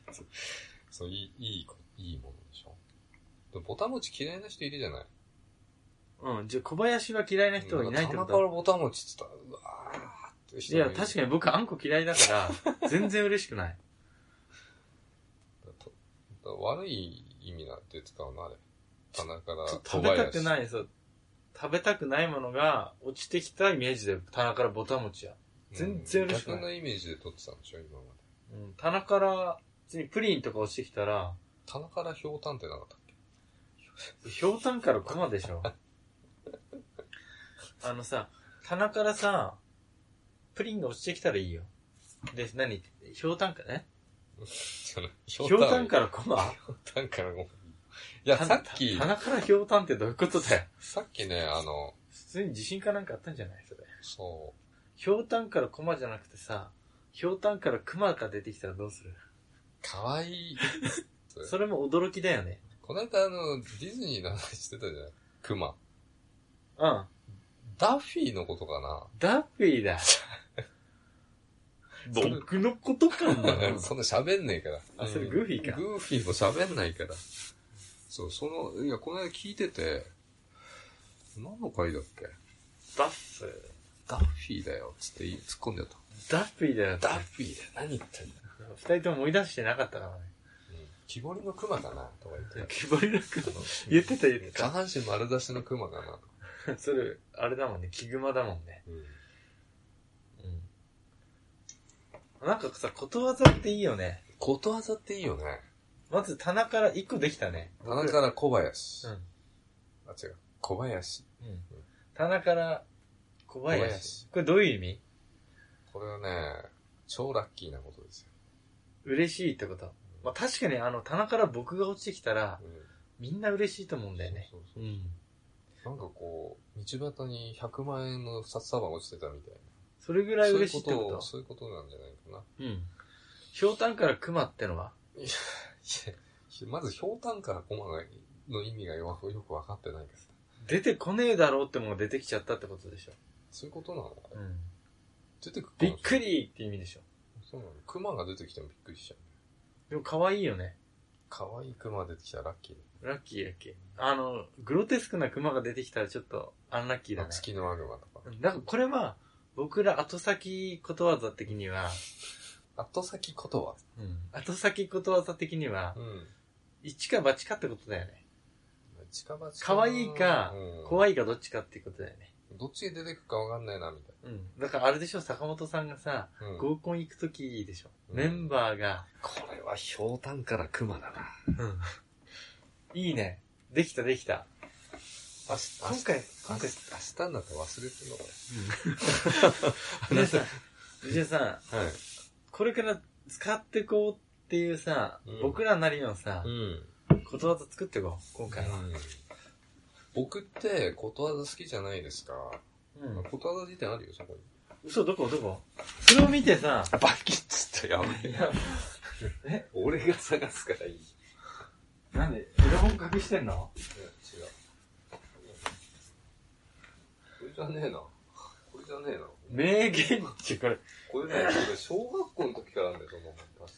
[SPEAKER 1] そう、いい、いいこ、いいものでしょ。でもボタン持ち嫌いな人いるじゃない
[SPEAKER 2] うん、じゃあ小林は嫌いな人はいないって
[SPEAKER 1] 棚
[SPEAKER 2] こ
[SPEAKER 1] から
[SPEAKER 2] と
[SPEAKER 1] ボタン持ちって言ったら、うわーって
[SPEAKER 2] いや、確かに僕あんこ嫌いだから、 全然嬉しくない。
[SPEAKER 1] とと悪い意味なんて使うのあれ。棚から
[SPEAKER 2] ちょっと
[SPEAKER 1] 小
[SPEAKER 2] 食べ
[SPEAKER 1] 林。
[SPEAKER 2] たくない、そう。食べたくないものが落ちてきたイメージで棚からボタン持ちや。全然嬉しくない
[SPEAKER 1] うん逆なイメージで撮ってたんでしょ、今まで。
[SPEAKER 2] うん、棚から、普通にプリンとか落ちてきたら、
[SPEAKER 1] 棚からひょうたんってなかったっけ
[SPEAKER 2] ひょうたんからコマ でしょ。あのさ、棚からさ、プリンが落ちてきたらいいよ。で、何ひょうたんか、ね
[SPEAKER 1] そのひ
[SPEAKER 2] ひょうたん
[SPEAKER 1] ら。
[SPEAKER 2] からコマ
[SPEAKER 1] ひょうたんからごめん。いや、さっき、
[SPEAKER 2] 棚からひょうたんってどういうことだよ。
[SPEAKER 1] さっきね、あの、
[SPEAKER 2] 普通に地震かなんかあったんじゃないそれ。
[SPEAKER 1] そ
[SPEAKER 2] ひょうたんからコマじゃなくてさ、ひょうたんからクマが出てきたらどうする
[SPEAKER 1] う、かわいい。
[SPEAKER 2] それも驚きだよね。
[SPEAKER 1] この間、あの、ディズニーの話してたじゃん。クマ。
[SPEAKER 2] うん。
[SPEAKER 1] ダッフィーのことかな
[SPEAKER 2] ダッフィーだ。
[SPEAKER 1] それ
[SPEAKER 2] 僕のことか な
[SPEAKER 1] そんな喋んねえから。
[SPEAKER 2] あそれグーフィーか
[SPEAKER 1] グーフィーも喋んないから。そう、その、いや、この間聞いてて、何の回だっけ
[SPEAKER 2] ダッフィー。
[SPEAKER 1] ダッフィーだよ、つって突っ込んでた。
[SPEAKER 2] ダッフィーだよ。
[SPEAKER 1] ダッフィーだよ、何言ってんだよ。
[SPEAKER 2] 二人とも思い出してなかったからね。
[SPEAKER 1] 木彫りの熊かなとか言って。
[SPEAKER 2] 木彫りの熊。言ってた言って
[SPEAKER 1] 下
[SPEAKER 2] た。
[SPEAKER 1] 半身丸出しの熊かな。
[SPEAKER 2] それ、あれだもんね、木熊だもんね。うん。なんかさ、ことわざっていいよね。
[SPEAKER 1] ことわざっていいよね。
[SPEAKER 2] まず棚から一個できたね。
[SPEAKER 1] 棚から小林。
[SPEAKER 2] う
[SPEAKER 1] あ、
[SPEAKER 2] ん。
[SPEAKER 1] 違う。小林。
[SPEAKER 2] うん。棚から小林。
[SPEAKER 1] 小林
[SPEAKER 2] これどういう意味
[SPEAKER 1] これはね、超ラッキーなことですよ。
[SPEAKER 2] 嬉しいってこと。まあ、確かにあの棚から僕が落ちてきたら、みんな嬉しいと思うんだよね。
[SPEAKER 1] そうそうそう
[SPEAKER 2] うん。
[SPEAKER 1] なんかこう、道端に100万円の札束が落ちてたみたいな。
[SPEAKER 2] それぐらい嬉しいってことう
[SPEAKER 1] そういうことをそういうことなんじゃないかな。
[SPEAKER 2] ん。ひょうたんから熊ってのはい
[SPEAKER 1] やまず、ひょうたんからコマの意味がよくよく分かってないから。
[SPEAKER 2] 出てこねえだろうってものが出てきちゃったってことでしょ。
[SPEAKER 1] そういうことなの
[SPEAKER 2] うん。
[SPEAKER 1] 出てくるか
[SPEAKER 2] び
[SPEAKER 1] も
[SPEAKER 2] っ
[SPEAKER 1] しれない
[SPEAKER 2] くりって意味でしょ。
[SPEAKER 1] そうなの。クマが出てきてもびっくりしちゃう。
[SPEAKER 2] でも可愛いよね。
[SPEAKER 1] 可愛いクマ出てきたらラッキーだ。
[SPEAKER 2] ラッキーだっけ。あの、グロテスクな熊が出てきたらちょっとアンラッキーだね。
[SPEAKER 1] 月のマグマとか。
[SPEAKER 2] うんだからこれは、僕ら後先ことわざ的には、
[SPEAKER 1] 後先ことは。
[SPEAKER 2] 後先ことわざ的には、
[SPEAKER 1] うん。
[SPEAKER 2] 一か八かってことだよね。
[SPEAKER 1] 近場近場
[SPEAKER 2] 可愛いか、怖いかどっちかってことだよね。
[SPEAKER 1] どっちに出てくかわかんないな、みたい
[SPEAKER 2] うん。だからあれでしょ、坂本さんがさ、
[SPEAKER 1] な。うん
[SPEAKER 2] 合コン行くときでしょ。
[SPEAKER 1] うん
[SPEAKER 2] メンバーが、
[SPEAKER 1] これはひょうたんからクマだな。
[SPEAKER 2] いいね。できたできた。
[SPEAKER 1] あし
[SPEAKER 2] 今回、
[SPEAKER 1] 明
[SPEAKER 2] 今
[SPEAKER 1] 日明
[SPEAKER 2] 回、
[SPEAKER 1] 日になって忘れてるのこ
[SPEAKER 2] 皆さん、 藤井さん、
[SPEAKER 1] れ。はい。
[SPEAKER 2] これから使ってこうっていうさ、
[SPEAKER 1] うん
[SPEAKER 2] 僕らなりのさ
[SPEAKER 1] う、ん。
[SPEAKER 2] ことわざ作ってこう、今回は。
[SPEAKER 1] 僕って、ことわざ好きじゃないですか。
[SPEAKER 2] うん。
[SPEAKER 1] ことわざ辞典あるよ、そこに。
[SPEAKER 2] 嘘、どこどこそれを見てさ、
[SPEAKER 1] バキッつったやべえ。
[SPEAKER 2] え
[SPEAKER 1] 俺が探すからいい。違う。
[SPEAKER 2] なんで、エロ本隠してんの
[SPEAKER 1] これじゃねえな。これじゃねえな。
[SPEAKER 2] 名言ってこれ、
[SPEAKER 1] これね、俺小学校の時からなんだよ、その本確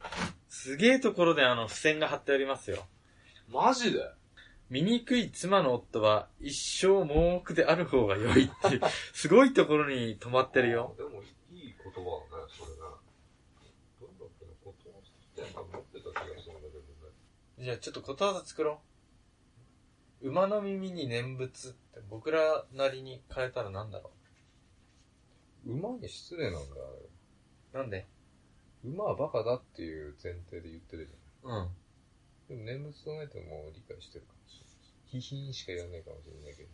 [SPEAKER 1] か。
[SPEAKER 2] すげえところであの、付箋が貼ってありますよ。
[SPEAKER 1] マジで
[SPEAKER 2] 醜い妻の夫は一生盲目である方が良いって、すごいところに止まってるよ。
[SPEAKER 1] あーでも、いい言葉だね、それね。どんだっけな、ことわざ辞典なんか持ってた気がするんだけどね。
[SPEAKER 2] じゃあちょっとことわざ作ろう。馬の耳に念仏って僕らなりに変えたらなんだろ
[SPEAKER 1] 馬に失礼なんだよ、あれ。
[SPEAKER 2] う。なんで
[SPEAKER 1] 馬はバカだっていう前提で言ってるじ
[SPEAKER 2] うん。
[SPEAKER 1] ゃん。でも念仏唱えても理解してるかもしれないし。ヒヒーンしか言わないかもしれないけど。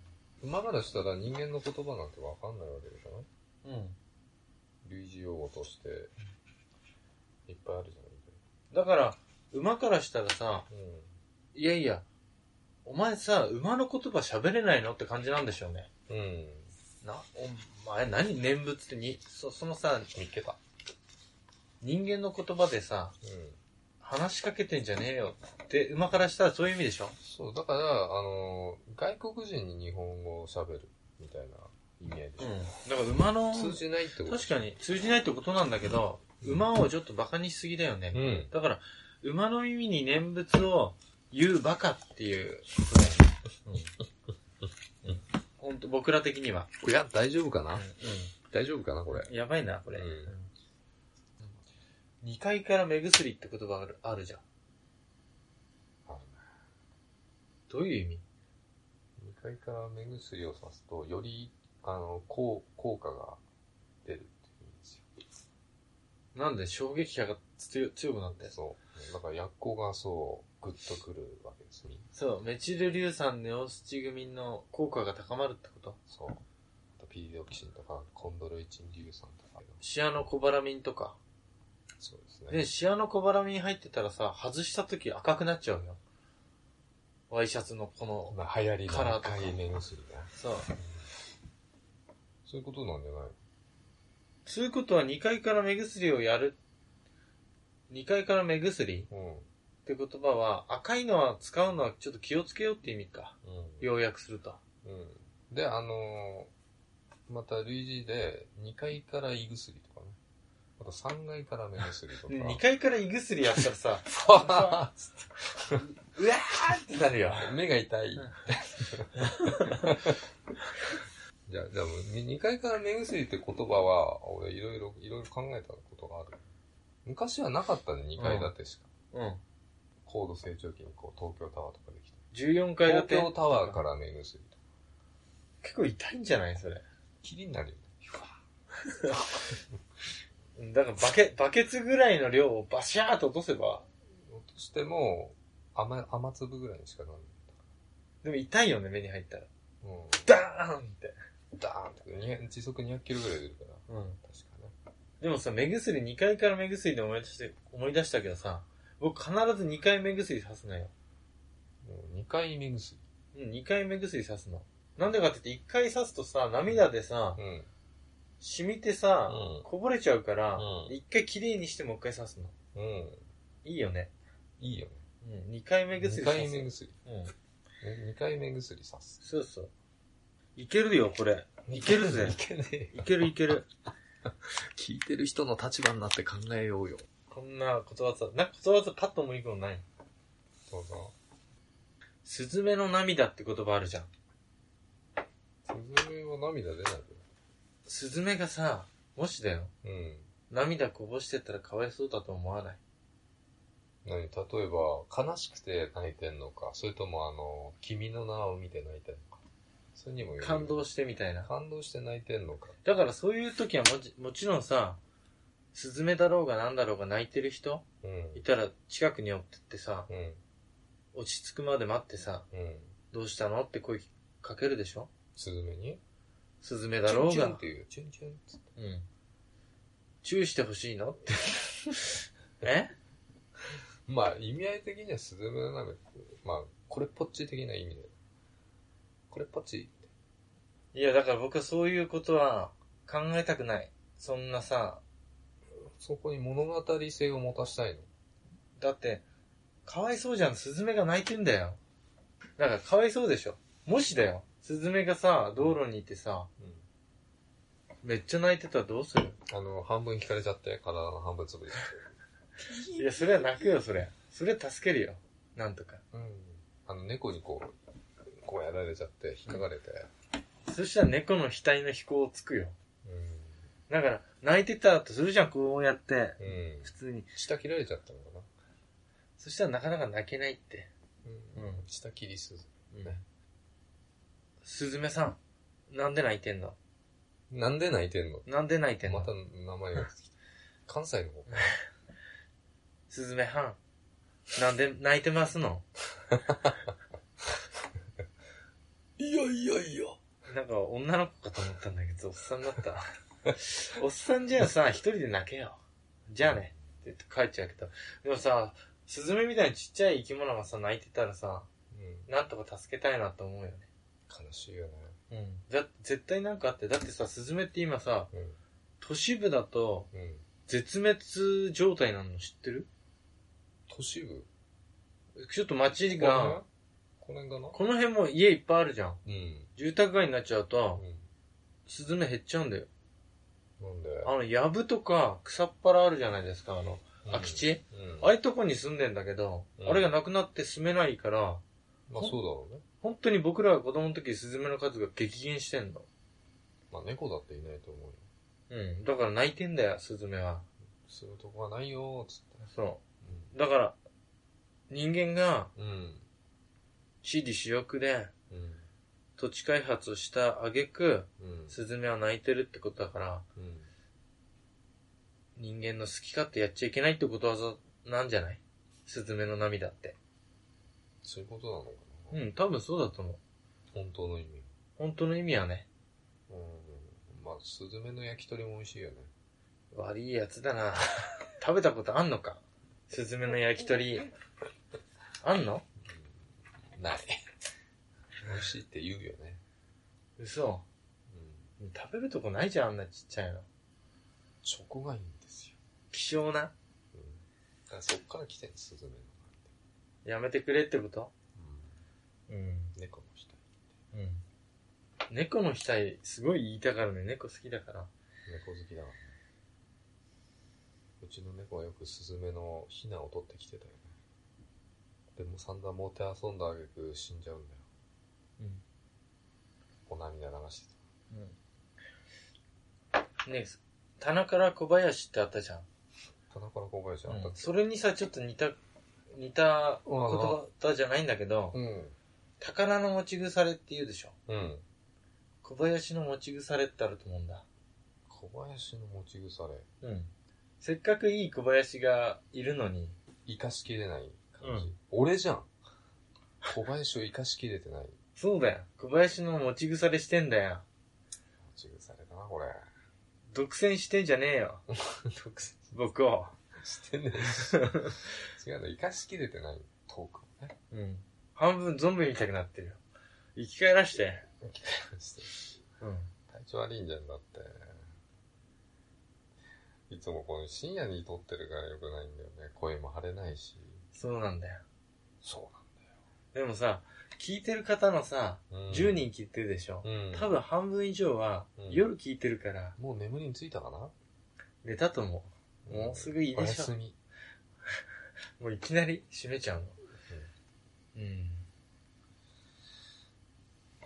[SPEAKER 1] 馬からしたら人間の言葉なんてわかんないわけでしょ
[SPEAKER 2] うん。
[SPEAKER 1] 類似用語として、いっぱいあるじ
[SPEAKER 2] だから、馬からしたらさ、
[SPEAKER 1] ゃない
[SPEAKER 2] いやいや、お前さ、馬の言葉喋れないのって感じなんでしょうね。
[SPEAKER 1] うん。うん。
[SPEAKER 2] な、お前何念仏ってに、そ、そのさ、
[SPEAKER 1] 見っけた。
[SPEAKER 2] 人間の言葉でさ、
[SPEAKER 1] うん。
[SPEAKER 2] 話しかけてんじゃねえよって、馬からしたらそういう意味でしょ
[SPEAKER 1] そう、だから、あの、外国人に日本語を喋るみたいな意味合いでしょ。
[SPEAKER 2] だから馬の、
[SPEAKER 1] 通じないってこと
[SPEAKER 2] 確かに通じないってことなんだけど、
[SPEAKER 1] うん
[SPEAKER 2] 馬をちょっと馬鹿にしすぎだよね。
[SPEAKER 1] うん。
[SPEAKER 2] だから、馬の耳に念仏を言う馬鹿っていうことだよね。うん。本当僕ら的には。
[SPEAKER 1] いや、大丈夫か
[SPEAKER 2] う。
[SPEAKER 1] なん大丈夫かな、これ。
[SPEAKER 2] やばいな、これ。
[SPEAKER 1] うん
[SPEAKER 2] 2階から目薬って言葉ある、あるじゃん。
[SPEAKER 1] あるね
[SPEAKER 2] どういう意味
[SPEAKER 1] 2階から目薬をさすと、より、あの、効効果が出るって言うんです
[SPEAKER 2] なんで衝撃波が強強くなって
[SPEAKER 1] よ。そう。だから薬効がそう、ぐっとくるわけですね。
[SPEAKER 2] そう、メチル硫酸ネオスチグミンの効果が高まるってこと
[SPEAKER 1] そう。あと、ピリオキシンとか、コンドロイチン硫酸とか。
[SPEAKER 2] シアノコバラミンとか。
[SPEAKER 1] そう
[SPEAKER 2] で、
[SPEAKER 1] ですね。
[SPEAKER 2] シアノコバラミン入ってたらさ、外した時赤くなっちゃうよ。ワイシャツのこの、
[SPEAKER 1] まあ、流行り
[SPEAKER 2] カ
[SPEAKER 1] の
[SPEAKER 2] ラーとか
[SPEAKER 1] 赤い目薬ね。
[SPEAKER 2] そう。
[SPEAKER 1] そういうことなんじゃない
[SPEAKER 2] そういうことは2階から目薬をやる。2階から目薬
[SPEAKER 1] うん。
[SPEAKER 2] って言葉は、赤いのは使うのはちょっと気をつけようって意味か。
[SPEAKER 1] う
[SPEAKER 2] 要約すると。
[SPEAKER 1] ん。うん。で、あのーまた類似で、2階から胃薬とかね。あと3階から目薬とか。
[SPEAKER 2] 2階から胃薬やったらさ、うわーって なるよ。
[SPEAKER 1] 目が痛い。 じゃあ、じゃあ、2階から目薬って言葉は、俺いろいろ、いろいろ考えたことがある。昔はなかったね、2階建てしか。
[SPEAKER 2] うん。
[SPEAKER 1] 高度成長期にこう、東京タワーとかできて。
[SPEAKER 2] 14階建
[SPEAKER 1] 東
[SPEAKER 2] て。
[SPEAKER 1] 京タワーから目薬とか。
[SPEAKER 2] 結構痛いんじゃないそれ。
[SPEAKER 1] 霧になるよね。
[SPEAKER 2] だからバケ、バケツぐらいの量をバシャーと落とせば、
[SPEAKER 1] 落としても、雨、雨粒ぐらいにしかなんない。
[SPEAKER 2] でも痛いよね、目に入ったら。
[SPEAKER 1] う
[SPEAKER 2] ダーンって。
[SPEAKER 1] ん。ダーンってに、時速200キロぐらい出るから。
[SPEAKER 2] うん。
[SPEAKER 1] 確かね。
[SPEAKER 2] でもさ、目薬、2階から目薬で思い出して、思い出したけどさ、僕必ず2回目薬さすのよ。
[SPEAKER 1] うん2階目薬。
[SPEAKER 2] うん、2回目薬さすの。なんでかって言って、1回さすとさ、涙でさ
[SPEAKER 1] う、ん。
[SPEAKER 2] 染みてさ、
[SPEAKER 1] うん
[SPEAKER 2] こぼれちゃうから、
[SPEAKER 1] うん
[SPEAKER 2] 1回きれいにしてもう1回さすの。
[SPEAKER 1] うん。
[SPEAKER 2] いいよね。
[SPEAKER 1] いいよね。
[SPEAKER 2] うん、2回目薬
[SPEAKER 1] 2
[SPEAKER 2] さす。
[SPEAKER 1] 回目薬。
[SPEAKER 2] うん。
[SPEAKER 1] 2回目薬さす。
[SPEAKER 2] そうそう。いけるよ、これ。いけるぜ
[SPEAKER 1] いけねえよ。
[SPEAKER 2] いけるいける。
[SPEAKER 1] 聞いてる人の立場になって考えようよ。
[SPEAKER 2] こんなことわざ、なんかことわざパッと思い込むのない
[SPEAKER 1] そうそう。
[SPEAKER 2] スズメの涙って言葉あるじゃん。
[SPEAKER 1] スズメは涙出ないよ。
[SPEAKER 2] スズメがさ、もしだよ、
[SPEAKER 1] うん。
[SPEAKER 2] 涙こぼしてたらかわいそうだと思わない。
[SPEAKER 1] 何例えば、悲しくて泣いてんのか、それともあの、君の名を見て泣いてんのか。それにもよる
[SPEAKER 2] 感動してみたいな。
[SPEAKER 1] 感動して泣いてんのか。
[SPEAKER 2] だからそういう時はもちもちろんさ、スズメだろうがなんだろうが泣いてる人
[SPEAKER 1] うん。
[SPEAKER 2] いたら近くに寄ってってさ、
[SPEAKER 1] うん。
[SPEAKER 2] 落ち着くまで待ってさ、
[SPEAKER 1] うん。
[SPEAKER 2] どうしたのって声かけるでしょ
[SPEAKER 1] スズメに
[SPEAKER 2] スズメだろう
[SPEAKER 1] チュンチュン
[SPEAKER 2] が
[SPEAKER 1] っ。ていうよ。チュンチュンっつって。
[SPEAKER 2] うん。チューしてほしいのって。え
[SPEAKER 1] まあ、意味合い的にはスズメの鍋。まあ、これっぽっち的な意味で。これっぽっち。
[SPEAKER 2] いや、だから僕はそういうことは考えたくない。そんなさ、
[SPEAKER 1] そこに物語性を持たしたいの。
[SPEAKER 2] だって、かわいそうじゃん、スズメが泣いてんだよ。だからかわいそうでしょ。もしだよ、スズメがさ、道路にいてさ、めっちゃ泣いてたらどうする
[SPEAKER 1] あの、半分引かれちゃって、体の半分潰れちゃって。
[SPEAKER 2] いや、それは泣くよ、それ。それ助けるよ。なんとか。
[SPEAKER 1] うん。あの、猫にこう、こうやられちゃって、引っかかれて。
[SPEAKER 2] そしたら猫の額の飛行をつくよ。
[SPEAKER 1] う
[SPEAKER 2] だから、泣いてたとするじゃん、こうやって。
[SPEAKER 1] ん。うん。
[SPEAKER 2] 普通に。
[SPEAKER 1] 下切られちゃったのかな。
[SPEAKER 2] そしたらなかなか泣けないって。
[SPEAKER 1] うん。
[SPEAKER 2] うん
[SPEAKER 1] 下切りすず。
[SPEAKER 2] すずめさん、なんで泣いてんの
[SPEAKER 1] なんで泣いてんの
[SPEAKER 2] なんで泣いてん
[SPEAKER 1] ま
[SPEAKER 2] の
[SPEAKER 1] た名前が出 てきた。関西の方かな
[SPEAKER 2] すずめはん、なんで泣いてますの
[SPEAKER 1] いやいやいや。
[SPEAKER 2] なんか女の子かと思ったんだけど、おっさんだった。 おっさんじゃあさ、一人で泣けよ。じゃあね。って言って帰っちゃうけど。でもさ、スズメみたいにちっちゃい生き物がさ、泣いてたらさ、
[SPEAKER 1] うん。
[SPEAKER 2] なんとか助けたいなと思うよね。
[SPEAKER 1] 悲しいよね。
[SPEAKER 2] うん。だ、絶対なんかあって。だってさ、スズメって今さ、都市部だと
[SPEAKER 1] うん。うん。
[SPEAKER 2] 絶滅状態なの知ってる
[SPEAKER 1] 都市部
[SPEAKER 2] ちょっと街
[SPEAKER 1] この辺、
[SPEAKER 2] が
[SPEAKER 1] この辺かな
[SPEAKER 2] この辺も家いっぱいあるじゃん。
[SPEAKER 1] うん。
[SPEAKER 2] 住宅街になっちゃうと、
[SPEAKER 1] う
[SPEAKER 2] スズメ減っちゃうんだよ。
[SPEAKER 1] ん。なんで
[SPEAKER 2] あの、ヤブとか草っぱらあるじゃないですか、あの、
[SPEAKER 1] うん
[SPEAKER 2] 空き地
[SPEAKER 1] うん。
[SPEAKER 2] ああいうとこに住んでんだけど、
[SPEAKER 1] うん
[SPEAKER 2] あれがなくなって住めないから、
[SPEAKER 1] まあそうだろうね。
[SPEAKER 2] 本当に僕らが子供の時スズメの数が激減してんの。
[SPEAKER 1] まあ猫だっていないと思うよ。
[SPEAKER 2] うん。だから泣いてんだよ、スズメは。
[SPEAKER 1] するとこはないよー、つって。
[SPEAKER 2] そう。だから、人間が
[SPEAKER 1] うん。うん。
[SPEAKER 2] 私利私欲で
[SPEAKER 1] うん。
[SPEAKER 2] 土地開発をした挙句、
[SPEAKER 1] うん。
[SPEAKER 2] スズメは泣いてるってことだから、
[SPEAKER 1] うん。
[SPEAKER 2] 人間の好き勝手やっちゃいけないってことわざなんじゃないスズメの涙って。
[SPEAKER 1] そういうことなのか
[SPEAKER 2] う
[SPEAKER 1] な。
[SPEAKER 2] ん、多分そうだと思う。
[SPEAKER 1] 本当の意味。
[SPEAKER 2] 本当の意味はね、
[SPEAKER 1] うん。まあ、スズメの焼き鳥も美味しいよね。
[SPEAKER 2] 悪いやつだな。 食べたことあんのかスズメの焼き鳥。あんの
[SPEAKER 1] ない。 美味しいって言うよね。
[SPEAKER 2] 嘘。
[SPEAKER 1] うん。
[SPEAKER 2] 食べるとこないじゃん、あんなちっちゃいの。
[SPEAKER 1] そこがいいんですよ。
[SPEAKER 2] 希少な。
[SPEAKER 1] うん。だからそっから来てんの、スズメの。
[SPEAKER 2] やめてくれってこと
[SPEAKER 1] う
[SPEAKER 2] うん。
[SPEAKER 1] ん。猫の額。
[SPEAKER 2] うん。猫の額、すごい言いたがるね。猫好きだから。
[SPEAKER 1] 猫好きだからね。うちの猫はよくスズメのヒナを取ってきてたよね。でも散々もて遊んだ挙句死んじゃうんだよ。
[SPEAKER 2] う
[SPEAKER 1] お涙流してた。
[SPEAKER 2] ん。うん。ねえ棚から小林ってあったじゃん。
[SPEAKER 1] 棚から小林あったっけ
[SPEAKER 2] それにさ、ちょっと似た、似た言葉じゃないんだけど、
[SPEAKER 1] うん。
[SPEAKER 2] 宝の持ち腐れって言うでしょ。
[SPEAKER 1] うん。
[SPEAKER 2] 小林の持ち腐れってあると思うんだ。
[SPEAKER 1] 小林の持ち腐れ。
[SPEAKER 2] うん。せっかくいい小林がいるのに、
[SPEAKER 1] 生かしきれない感じ。
[SPEAKER 2] うん
[SPEAKER 1] 俺じゃん。小林を生かしきれてない。
[SPEAKER 2] そうだよ。小林の持ち腐れしてんだよ。
[SPEAKER 1] 持ち腐れだな、こ れ。
[SPEAKER 2] 独占してんじゃねえよ。
[SPEAKER 1] 特性
[SPEAKER 2] 僕を。
[SPEAKER 1] してねえし違うの、生かしきれてない。トークをね。
[SPEAKER 2] うん。半分ゾンビみたくなってるよ。生き返らして。
[SPEAKER 1] して
[SPEAKER 2] うん。
[SPEAKER 1] 体調悪いんじゃんだって。 いつもこの深夜に撮ってるから良くないんだよね。声も張れないし。
[SPEAKER 2] そうなんだよ。
[SPEAKER 1] そう
[SPEAKER 2] でもさ、聞いてる方のさ、
[SPEAKER 1] なんだよ。
[SPEAKER 2] 10人聞いてるでしょ。
[SPEAKER 1] うん。
[SPEAKER 2] 多分半分以上は
[SPEAKER 1] うん
[SPEAKER 2] 夜聞いてるから
[SPEAKER 1] もう眠りについたかな
[SPEAKER 2] 寝たと思う。もうすぐいい
[SPEAKER 1] お
[SPEAKER 2] で
[SPEAKER 1] や
[SPEAKER 2] しょ
[SPEAKER 1] す。み。
[SPEAKER 2] もういきなり閉めちゃうの。うん。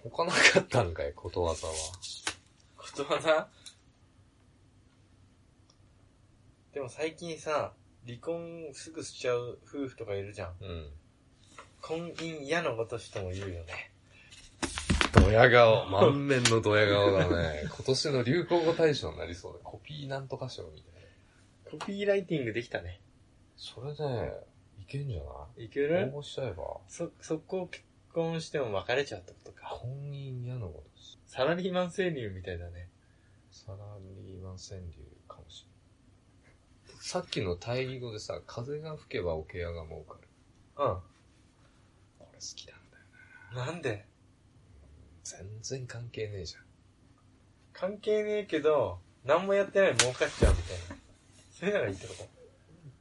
[SPEAKER 1] 他なかったんかい、ことわざは。
[SPEAKER 2] ことわざでも最近さ、離婚すぐしちゃう夫婦とかいるじゃん。
[SPEAKER 1] うん。
[SPEAKER 2] 婚姻嫌なことしても言うよね。
[SPEAKER 1] ドヤ顔。 満面のドヤ顔だね。今年の流行語大賞になりそうだ。コピーなんとか賞みたいな。
[SPEAKER 2] コピーライティングできたね。
[SPEAKER 1] それで、いけんじゃ
[SPEAKER 2] いけ
[SPEAKER 1] ない
[SPEAKER 2] る
[SPEAKER 1] 応募しちゃえば。
[SPEAKER 2] そ、そこ結婚しても別れちゃうってことか。
[SPEAKER 1] 婚姻嫌のことです。
[SPEAKER 2] サラリーマン川柳みたいだね。
[SPEAKER 1] サラリーマン川柳かもしれない。さっきの対義語でさ、風が吹けば桶屋が儲かる。
[SPEAKER 2] う
[SPEAKER 1] これ好きなんだよ。
[SPEAKER 2] ん。なんで
[SPEAKER 1] 全然関係ねえじゃん。
[SPEAKER 2] 関係ねえけど、何もやってない儲かっちゃうみたいな。それならいいってこと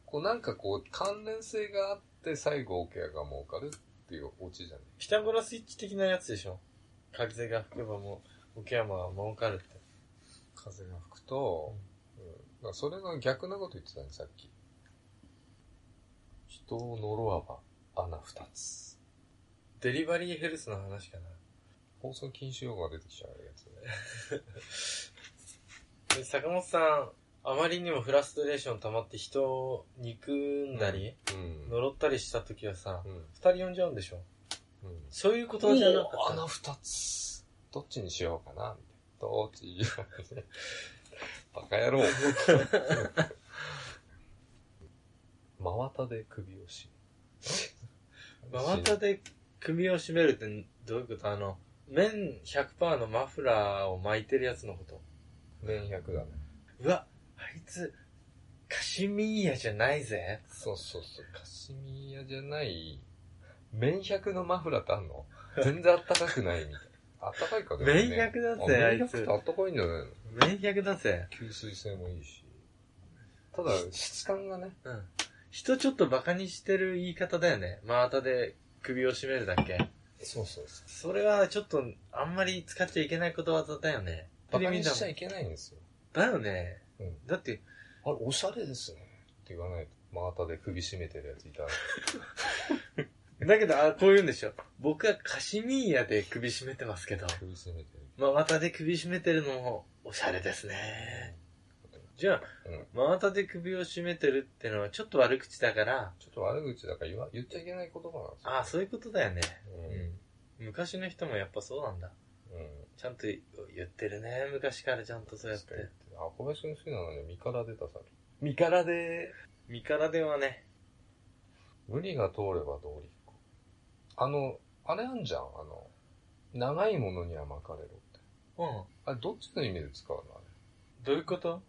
[SPEAKER 1] こうなんかこう関連性があって最後桶屋が儲かるっていうオチじゃね
[SPEAKER 2] ピタゴラスイッチ的なやつでしょ風が吹けばもう、沖山は儲かるって。
[SPEAKER 1] 風が吹くと、うんだからそれが逆なこと言ってたね、さっき。人を呪わば穴二つ。
[SPEAKER 2] デリバリーヘルスの話かな。
[SPEAKER 1] 放送禁止用語が出てきちゃうやつね。
[SPEAKER 2] で坂本さん、あまりにもフラストレーション溜まって人を憎んだり、
[SPEAKER 1] うん。
[SPEAKER 2] 呪ったりした時はさ
[SPEAKER 1] う、ん。
[SPEAKER 2] 二人呼んじゃうんでしょ
[SPEAKER 1] うん。
[SPEAKER 2] そういうことじゃなか
[SPEAKER 1] おー
[SPEAKER 2] った
[SPEAKER 1] 穴。二つ。どっちにしようかなみたいな。どっちバカ野郎。真綿で首をしめ
[SPEAKER 2] 真綿で首を絞めるってどういうことあの、綿100%のマフラーを巻いてるやつのこと。
[SPEAKER 1] 綿100だね。
[SPEAKER 2] うわ、あいつ、カシミーヤじゃないぜ。
[SPEAKER 1] そうそうそう。カシミヤじゃない、綿100のマフラーってあんの全然あったかくないみたいな。あったかいか
[SPEAKER 2] 綿100だぜあいつ
[SPEAKER 1] 綿100ってあったかいんじゃないの
[SPEAKER 2] 綿100だぜ。
[SPEAKER 1] 吸水性もいいし。ただ、質感がね。
[SPEAKER 2] うん。人ちょっとバカにしてる言い方だよね。真綿で首を絞めるだっけ。
[SPEAKER 1] そうそうそう。
[SPEAKER 2] それはちょっと、あんまり使っちゃいけないことわざだよね。
[SPEAKER 1] バカにしちゃ
[SPEAKER 2] テレ
[SPEAKER 1] いけないんですよ。
[SPEAKER 2] ビだもんだよね。
[SPEAKER 1] うん。
[SPEAKER 2] だって、
[SPEAKER 1] あれ、おしゃれですね。って言わないと。真綿で首絞めてるやついたら。
[SPEAKER 2] だけど、あ、こう言うんでしょ。僕はカシミーヤで首絞めてますけど。
[SPEAKER 1] 首絞めてる。
[SPEAKER 2] 真綿で首絞めてるのも、おしゃれですね。じゃあ、
[SPEAKER 1] うん。
[SPEAKER 2] 真綿で首を絞めてるってのはちょっと悪口だから、
[SPEAKER 1] ちょっと悪口だから言わ言っちゃいけない言葉なんですよ。
[SPEAKER 2] ああ、そういうことだよね。
[SPEAKER 1] うん。
[SPEAKER 2] 昔の人もやっぱそうなんだ。
[SPEAKER 1] うん。
[SPEAKER 2] ちゃんと言ってるね。昔からちゃんとそうやって
[SPEAKER 1] 確か。にあ、小林君好きなのに、身から出たさ。身からで
[SPEAKER 2] 身からではね。
[SPEAKER 1] 無理が通れば通りっこ。あの、あれあんじゃん、あの、長いものには巻かれろって。
[SPEAKER 2] うん。
[SPEAKER 1] あれ、どっちの意味で使うのあれ。
[SPEAKER 2] どういうこと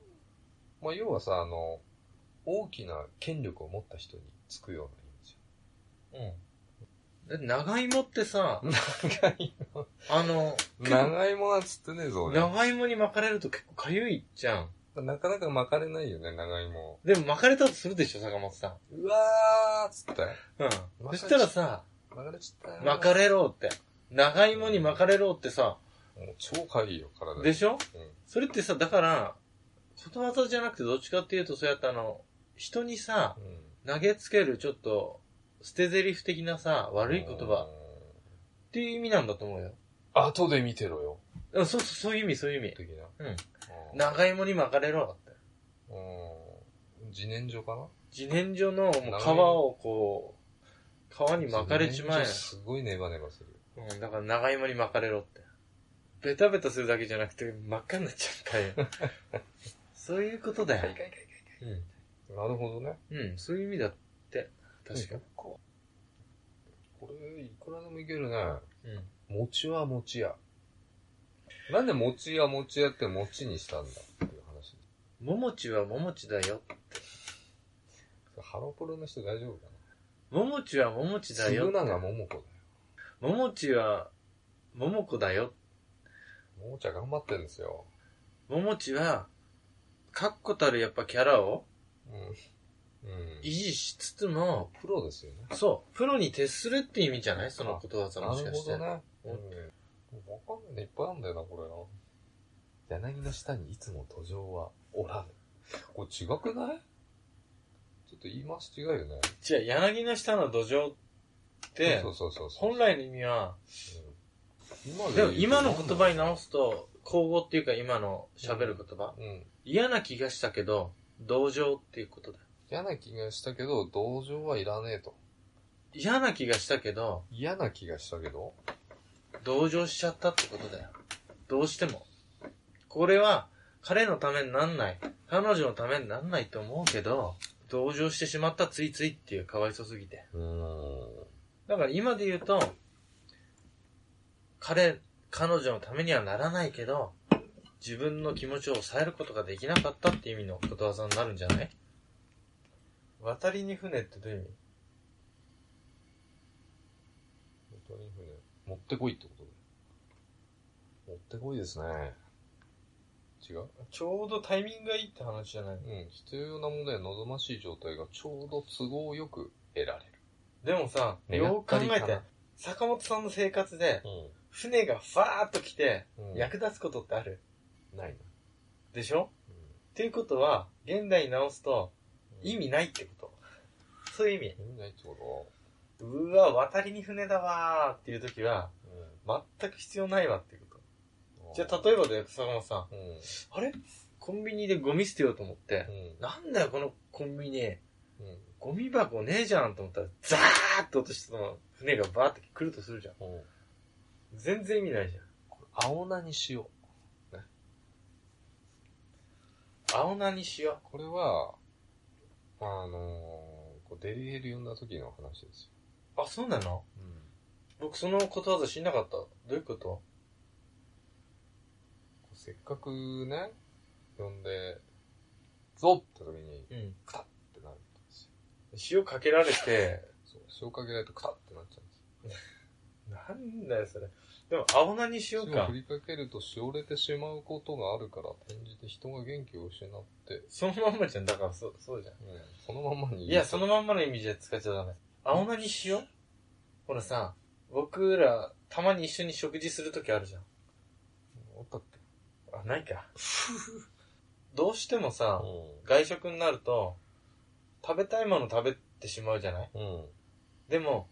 [SPEAKER 1] まあ、要はさ、あの、大きな権力を持った人につくような意味じ
[SPEAKER 2] うん。だって長芋っ てさ、
[SPEAKER 1] ゃん。 長いも
[SPEAKER 2] あの、
[SPEAKER 1] の。長いものはつってねえぞ、俺。
[SPEAKER 2] 長芋に巻かれると結構かゆいじゃん。
[SPEAKER 1] なかなか巻かれないよね、長いも。
[SPEAKER 2] でも巻かれたとするでしょ、坂本さ
[SPEAKER 1] うわーっつって。
[SPEAKER 2] ん。うん。そしたらさ、
[SPEAKER 1] 巻かれちゃった。
[SPEAKER 2] 巻かれろって。長芋に巻かれろってさ、
[SPEAKER 1] もう超かいいよ、体。
[SPEAKER 2] でしょ
[SPEAKER 1] うん。
[SPEAKER 2] それってさ、だから、ことわざじゃなくてどっちかっていうと、そうやってあの、人にさ
[SPEAKER 1] う、ん。
[SPEAKER 2] 投げつけるちょっと、捨て台詞的なさ、悪い言葉
[SPEAKER 1] うん。
[SPEAKER 2] っていう意味なんだと思うよ。
[SPEAKER 1] 後で見てろよ、
[SPEAKER 2] うんそうそう、そういう意味、そういう意味。
[SPEAKER 1] 的な。
[SPEAKER 2] うん。
[SPEAKER 1] うん
[SPEAKER 2] 長芋に巻かれろって。
[SPEAKER 1] うん。自然薯かな
[SPEAKER 2] 自然薯のもう皮をこう、皮に巻かれちまえ
[SPEAKER 1] 自然薯。すごいネバネバする。
[SPEAKER 2] うん、だから長芋に巻かれろって。ベタベタするだけじゃなくて、真っ赤になっちゃったよ。 そういうことだよ。
[SPEAKER 1] なるほどね。
[SPEAKER 2] うん。うん、そういう意味だって。確か
[SPEAKER 1] うん。これ、いくらでもいけるね。
[SPEAKER 2] に。うん。
[SPEAKER 1] 餅は餅屋。なんで餅は餅屋って餅にしたんだっていう話。
[SPEAKER 2] ももちはももちだよ。
[SPEAKER 1] ハロプロの人大丈夫かな
[SPEAKER 2] ももちはももちだ
[SPEAKER 1] 粒
[SPEAKER 2] よ。
[SPEAKER 1] 長桃子だよ。
[SPEAKER 2] ももちはももこだよ。
[SPEAKER 1] 桃ちゃん頑張ってるんですよ。
[SPEAKER 2] ももちは、確固たるやっぱキャラを
[SPEAKER 1] うん。うん。
[SPEAKER 2] 維持しつつも、
[SPEAKER 1] プロですよね。
[SPEAKER 2] そう、プロに徹するって意味じゃないそのことわざ
[SPEAKER 1] な
[SPEAKER 2] もし
[SPEAKER 1] る
[SPEAKER 2] かし
[SPEAKER 1] ほど
[SPEAKER 2] て。
[SPEAKER 1] ね。
[SPEAKER 2] う
[SPEAKER 1] うんん。わかんないのいっぱいあるんだよな、これな。柳の下にいつも途上はおらぬ。これ違くないちょっと言い回し違うよね。
[SPEAKER 2] じゃあ、柳の下の土壌って、
[SPEAKER 1] そうそうそうそう。
[SPEAKER 2] 本来の意味は、
[SPEAKER 1] うん今
[SPEAKER 2] でも今の言葉に直
[SPEAKER 1] す。
[SPEAKER 2] すと、口語っていうか今の喋る言葉、
[SPEAKER 1] うん。
[SPEAKER 2] 嫌な気がしたけど、同情っていうことだよ。
[SPEAKER 1] 嫌な気がしたけど、同情はいらねえと。
[SPEAKER 2] 嫌な気がしたけど、
[SPEAKER 1] 嫌な気がしたけど、
[SPEAKER 2] 同情しちゃったってことだよ。どうしても。これは、彼のためになんない。彼女のためになんないと思うけど、同情してしまったついついっていうかわいそうすぎて。
[SPEAKER 1] うーん。
[SPEAKER 2] だから今で言うと、彼、彼女のためにはならないけど、自分の気持ちを抑えることができなかったって意味のことわざになるんじゃない渡りに船ってどういう意味
[SPEAKER 1] 本当に船。持ってこいってことだよ持ってこいですね。違う
[SPEAKER 2] ちょうどタイミングがいいって話じゃないの
[SPEAKER 1] うん。必要なものや望ましい状態がちょうど都合よく得られる。
[SPEAKER 2] でもさ、
[SPEAKER 1] ね
[SPEAKER 2] よく考
[SPEAKER 1] や
[SPEAKER 2] え
[SPEAKER 1] っぱり
[SPEAKER 2] て
[SPEAKER 1] かな、
[SPEAKER 2] 坂本さんの生活で、
[SPEAKER 1] う
[SPEAKER 2] 船がファーっと来て、
[SPEAKER 1] んいや、
[SPEAKER 2] 役立つことってある
[SPEAKER 1] ないな。
[SPEAKER 2] でしょっていうことは、現代に直す
[SPEAKER 1] う
[SPEAKER 2] と、
[SPEAKER 1] ん
[SPEAKER 2] 意味ないってこと。そういう意味。
[SPEAKER 1] 意味ないってこ
[SPEAKER 2] うわ、渡りに船だわーっていう時は、
[SPEAKER 1] と
[SPEAKER 2] 全く必要ないわっていうこと。
[SPEAKER 1] うん
[SPEAKER 2] じゃあ、例えばで、坂本さ
[SPEAKER 1] う
[SPEAKER 2] ん、
[SPEAKER 1] ん。うん。
[SPEAKER 2] あれコンビニでゴミ捨てようと思って、
[SPEAKER 1] うん
[SPEAKER 2] なんだよ、このコンビニ。
[SPEAKER 1] うん。
[SPEAKER 2] ゴミ箱ねえじゃんと思ったら、ザーッと落としての船がバーって来るとするじゃん。
[SPEAKER 1] うん。
[SPEAKER 2] 全然意味ないじゃん。
[SPEAKER 1] 青菜にしよう。
[SPEAKER 2] 青菜にしよ
[SPEAKER 1] これは、あのー、こうデリヘル呼んだ時の話ですよ。
[SPEAKER 2] う。あ、そうなの僕そのことわざ知んなかった。どういうこと
[SPEAKER 1] せっかくね、呼んで、ぞって時に、
[SPEAKER 2] うん。
[SPEAKER 1] クタってなるんですよ。
[SPEAKER 2] 塩かけられて、
[SPEAKER 1] そう。塩かけないとクタってなっちゃうんですよ。
[SPEAKER 2] なんだよそれ。でも青菜にしよう
[SPEAKER 1] 塩を
[SPEAKER 2] か
[SPEAKER 1] 振。りかけるとしおれてしまうことがあるから、転じて人が元気を失って、
[SPEAKER 2] そのまんまじゃん。だからそう、そうじゃん。
[SPEAKER 1] うん、そのまんまに。
[SPEAKER 2] いや、そのまんまの意味じゃ使っちゃダメ。青菜にしようほらさ、僕ら、たまに一緒に食事するときあるじゃん。
[SPEAKER 1] おったっけ
[SPEAKER 2] あ、ない か。どうしてもさ、
[SPEAKER 1] う
[SPEAKER 2] 外食になると、食べたいもの食べてしまうじゃない
[SPEAKER 1] ん。うん。
[SPEAKER 2] でも、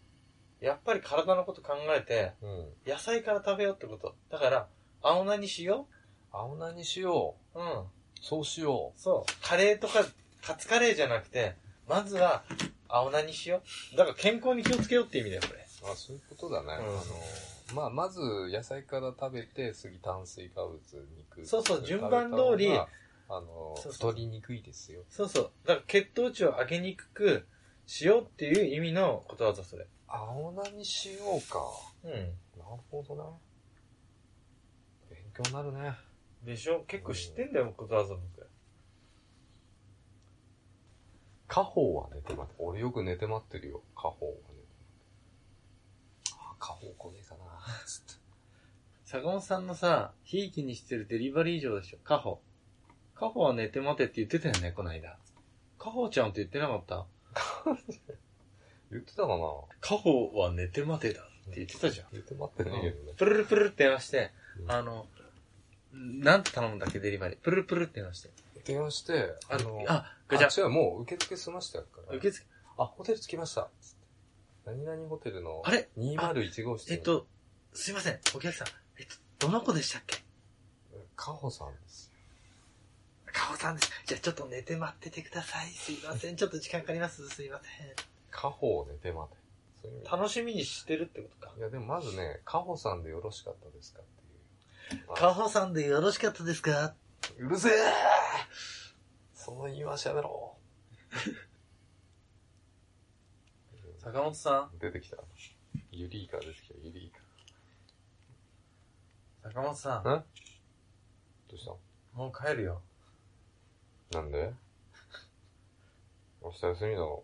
[SPEAKER 2] やっぱり体のこと考えて、
[SPEAKER 1] うん。
[SPEAKER 2] 野菜から食べようってこと。だから、青菜にしよ
[SPEAKER 1] 青菜にしよ
[SPEAKER 2] ううん。
[SPEAKER 1] う。そうしよ
[SPEAKER 2] そう。カレーとか、カツカレーじゃなくて、まずは、青菜にしよう。だから健康に気をつけようって意味だよ、これ。
[SPEAKER 1] う。あ、そういうことだね。
[SPEAKER 2] うん
[SPEAKER 1] あのー、まあ、まず野菜から食べて、次炭水化物、肉。
[SPEAKER 2] そうそう
[SPEAKER 1] 食べ
[SPEAKER 2] 順番通り
[SPEAKER 1] た方があのー、
[SPEAKER 2] そうそ
[SPEAKER 1] 太
[SPEAKER 2] う
[SPEAKER 1] りにくいですよ。
[SPEAKER 2] そうそう。だから血糖値を上げにくくしようっていう意味のことわざ、それ。
[SPEAKER 1] 青菜にしようか。
[SPEAKER 2] うん。
[SPEAKER 1] なるほどな。勉強になるね。
[SPEAKER 2] でしょ結構知ってんだよ、ことわざ、僕。
[SPEAKER 1] 家宝は寝て待って。俺よく寝て待ってるよ。家宝は寝て待って。あ、家宝来ねえかな。つって。
[SPEAKER 2] 坂本さんのさ、ひいきにしてるデリバリー嬢でしょカホ。カホは寝て待てって言ってたよね、こないだ。カホちゃんって言ってなかった
[SPEAKER 1] 言ってたかな
[SPEAKER 2] カホは寝て待てだって言ってたじゃん。
[SPEAKER 1] 寝て待ってないけどね。
[SPEAKER 2] プルルプルルって電話して、
[SPEAKER 1] うん
[SPEAKER 2] あの、なんて頼むんだっけ、デリバリー。プルルプルって電話して。
[SPEAKER 1] 電話して、
[SPEAKER 2] あ
[SPEAKER 1] あ
[SPEAKER 2] の
[SPEAKER 1] の、、
[SPEAKER 2] あ、ガチャ。
[SPEAKER 1] あ、違う、もう受付済ましてあるから。
[SPEAKER 2] 受付、
[SPEAKER 1] あ、ホテル着きました。つって何々ホテルの
[SPEAKER 2] あれ
[SPEAKER 1] 201号室。
[SPEAKER 2] えっ、と、すいません、お客さん。えっと、どの子でしたっけ
[SPEAKER 1] カホさんです
[SPEAKER 2] カホさんです。じゃあちょっと寝て待っててください。すいませ ん。ちょっと時間かかります。すいませ
[SPEAKER 1] よ。カホを寝て待て。そういう意味
[SPEAKER 2] ん。楽しみにしてるってことか。
[SPEAKER 1] いや、でもまずね、カホさんでよろしかったですかっていう。
[SPEAKER 2] カホさんでよろしかったですか
[SPEAKER 1] うるせえその言い回しやめろ
[SPEAKER 2] 坂本さ ん。
[SPEAKER 1] 出てきた。ユリイカ出てきた、ユリイカ。
[SPEAKER 2] 坂本さ
[SPEAKER 1] んどうし
[SPEAKER 2] ん。もう帰るよ。
[SPEAKER 1] たなんで明日休みだろ。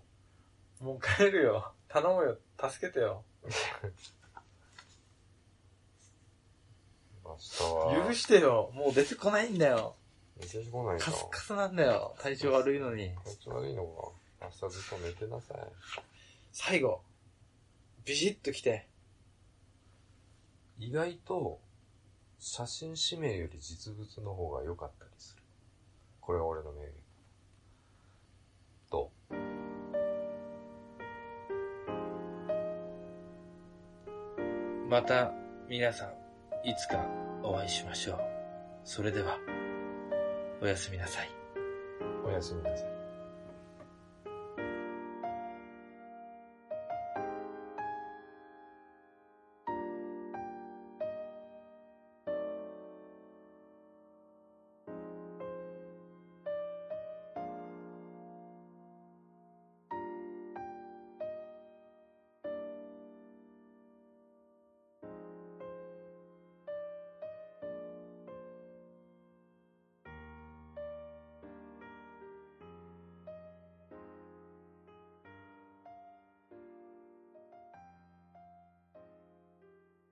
[SPEAKER 2] もう帰るよ。頼むよ。助けてよ。
[SPEAKER 1] 明日は。
[SPEAKER 2] 許してよ。もう出てこないんだよ。
[SPEAKER 1] 寝てこない
[SPEAKER 2] カ
[SPEAKER 1] か。
[SPEAKER 2] スカスなんだよ。体調悪いのに。
[SPEAKER 1] 体調悪いのか。明日ずっと寝てなさい。
[SPEAKER 2] 最後。ビシッと来て。
[SPEAKER 1] 意外と、写真指名より実物の方が良かったりする。これは俺の名言。ど
[SPEAKER 2] また皆さんいつかお会いしましょうそれではおやすみなさい
[SPEAKER 1] おやすみなさい。